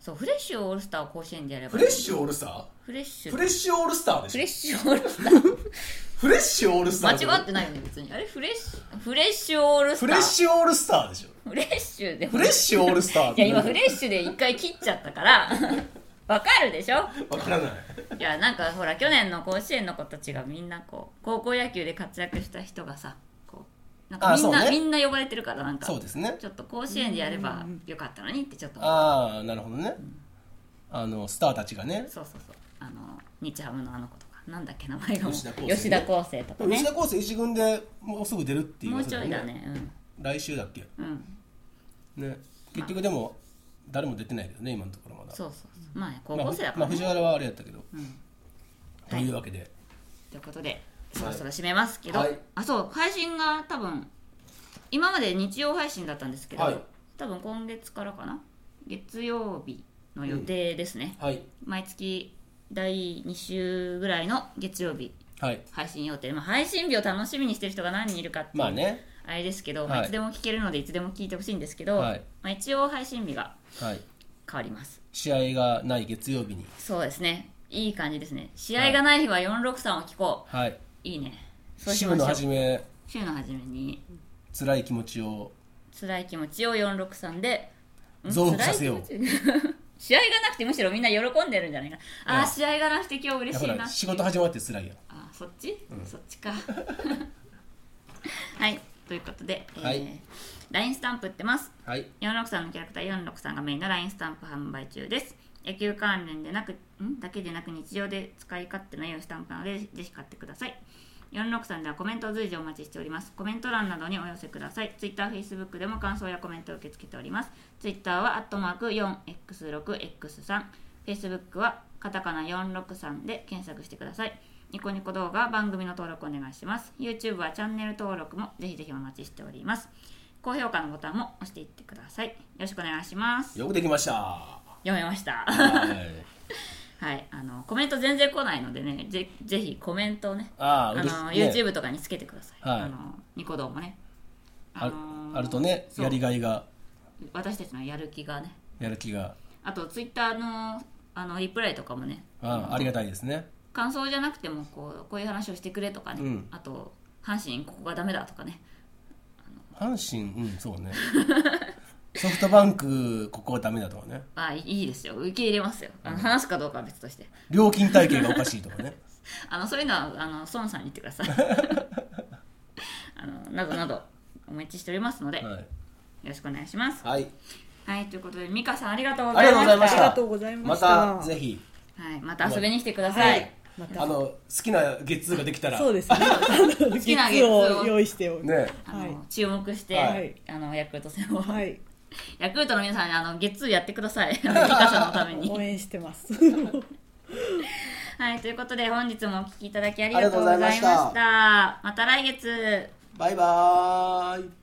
Speaker 3: そうフレッシュオールスターを甲子園でやれば
Speaker 4: フレッシュオールスター
Speaker 3: フレッシュ
Speaker 4: フレッシュオールスターで
Speaker 3: フ
Speaker 4: し
Speaker 3: レ
Speaker 4: ょ
Speaker 3: ッシュオールスター
Speaker 4: フレッシュオールスター
Speaker 3: 間違ってないよね別にあれフレッシュフレッシュオールスター
Speaker 4: フレッシュオールスターでしょ
Speaker 3: フレッシュで
Speaker 4: フレッシュオールスターっ
Speaker 3: いや今フ
Speaker 4: 分
Speaker 3: レッシュで一回切っちゃったから *laughs* わかるでしょ
Speaker 4: からない
Speaker 3: いやなんかほら去年の甲子園の子たちがみんなこう高校野球で活躍した人がさこうなんか
Speaker 4: あ
Speaker 3: みんな、
Speaker 4: そうね
Speaker 3: みんな呼ばれてるからなんか
Speaker 4: そうですね
Speaker 3: ちょっと甲子園でやればよかったのにってちょっと思う
Speaker 4: ああなるほどねあのスターたちがね
Speaker 3: そうそうそうあの日ハムのあの子とかなんだっけ名前が
Speaker 4: 吉田輝星
Speaker 3: 吉田康生とかね
Speaker 4: 吉田康生一軍でもうすぐ出るっていう
Speaker 3: もう
Speaker 4: 噂
Speaker 3: ちょ
Speaker 4: だよ
Speaker 3: いだね
Speaker 4: 来週だっけ
Speaker 3: うんうん
Speaker 4: ね結局でも誰も出てないけどね今のところまだ
Speaker 3: そうそうそうまあ高
Speaker 4: まあ
Speaker 3: 校
Speaker 4: ふ
Speaker 3: 生だか
Speaker 4: まあ
Speaker 3: ら、ね
Speaker 4: 藤原はあれやったけど
Speaker 3: うん
Speaker 4: というわけで
Speaker 3: ということでそろそろ締めますけど、
Speaker 4: はい
Speaker 3: あそう配信が多分今まで日曜配信だったんですけど、
Speaker 4: はい
Speaker 3: 多分今月からかな月曜日の予定ですね、
Speaker 4: はい
Speaker 3: 毎月第2週ぐらいの月曜日
Speaker 4: はい
Speaker 3: 配信予定、まあ、配信日を楽しみにしてる人が何人いるかっていう
Speaker 4: まあね
Speaker 3: あれですけど、
Speaker 4: はい
Speaker 3: まあいつでも聞けるのでいつでも聞いてほしいんですけど、
Speaker 4: はい
Speaker 3: まあ、一応配信日が
Speaker 4: はい
Speaker 3: 変わります
Speaker 4: 試合がない月曜日に
Speaker 3: そうですねいい感じですね試合がない日は463を聞こう、
Speaker 4: はい
Speaker 3: い、いねそうし
Speaker 4: 渋
Speaker 3: まし
Speaker 4: 野
Speaker 3: ょう
Speaker 4: はじめ
Speaker 3: 週の初めに
Speaker 4: 辛い気持ちを
Speaker 3: 辛い気持ちを463でん
Speaker 4: 増幅させよう
Speaker 3: 辛い気持ち *laughs* 試合がなくてむしろみんな喜んでるんじゃないかなあ
Speaker 4: う
Speaker 3: ー
Speaker 4: ん
Speaker 3: 試合がなくて今日嬉しい
Speaker 4: ほ
Speaker 3: なってい
Speaker 4: ら
Speaker 3: う
Speaker 4: 仕事始まって辛いやん
Speaker 3: あそっち、そっちか *laughs* はいということで、えー
Speaker 4: はい
Speaker 3: LINE スタンプ売ってます
Speaker 4: はい
Speaker 3: 46さんのキャラクター46さんがメインの LINE スタンプ販売中です野球関連でなくんだけでなく日常で使い勝手の良いスタンプなのでぜひ買ってください46さんではコメントを随時お待ちしておりますコメント欄などにお寄せください TwitterFacebook でも感想やコメントを受け付けております Twitter はアットマーク 4x6x3 Facebook はカタカナ463で検索してくださいニコニコ動画は番組の登録お願いします YouTube はチャンネル登録もぜひぜひお待ちしております高評価のボタンも押していってくださいよろしくお願いします
Speaker 4: よくできま
Speaker 3: *laughs*
Speaker 4: したは
Speaker 3: 読めました *laughs*
Speaker 4: い
Speaker 3: はい、あのコメント全然来ないのでねぜぜひコメントをね
Speaker 4: あ
Speaker 3: あ
Speaker 4: あ嬉し
Speaker 3: の、
Speaker 4: いね
Speaker 3: YouTube とかにつけてください、
Speaker 4: はい
Speaker 3: あのニコ動もね
Speaker 4: ある
Speaker 3: のー
Speaker 4: あるとね
Speaker 3: そう
Speaker 4: やりがいが
Speaker 3: 私たちのやる気がね
Speaker 4: やる気が
Speaker 3: あと Twitter のあのリプライとかもね
Speaker 4: ああありがたいですね
Speaker 3: 感想じゃなくてもこうこういう話をしてくれとかね、
Speaker 4: うん
Speaker 3: あと阪神ここがダメだとかね
Speaker 4: 阪神うんそ
Speaker 3: *laughs*
Speaker 4: うねソフトバンクここはダメだとかね
Speaker 3: あいいいですよ受け入れますよあの話すかどうかは別として
Speaker 4: 料金体系がおかしいとかね
Speaker 3: あのそういうのはあの孫さんに言ってくだ
Speaker 4: *laughs*
Speaker 3: さいあのなどなどお待ちしておりますので、よ
Speaker 4: はい、
Speaker 3: ろしくお願いします
Speaker 4: はい、
Speaker 3: はいということで美香さんありがとうご
Speaker 4: あ
Speaker 3: ざ
Speaker 4: り
Speaker 3: い
Speaker 4: がとう
Speaker 3: ま
Speaker 4: ご
Speaker 3: した
Speaker 4: ざいまし
Speaker 5: あり
Speaker 4: た
Speaker 5: がとうございました
Speaker 4: またぜひ
Speaker 3: はい、また遊びに来てください、
Speaker 4: はい
Speaker 5: また
Speaker 4: あの好きな月数ができた
Speaker 3: *laughs*
Speaker 4: ら
Speaker 5: そうですね好
Speaker 3: きな月
Speaker 5: 月
Speaker 3: を
Speaker 5: を用意しておいて
Speaker 4: ね
Speaker 3: あの
Speaker 5: はい
Speaker 3: 注目して、
Speaker 4: はい
Speaker 3: あのヤクルト戦を、
Speaker 5: はい
Speaker 3: ヤクルトの皆さんあの月やってくださいあの美香さんのため
Speaker 5: 応
Speaker 3: に
Speaker 5: 援してます
Speaker 3: はいということで本日もお聞きいただきありがとうございました
Speaker 4: ありがとうございま
Speaker 3: また来月
Speaker 4: バイバーイ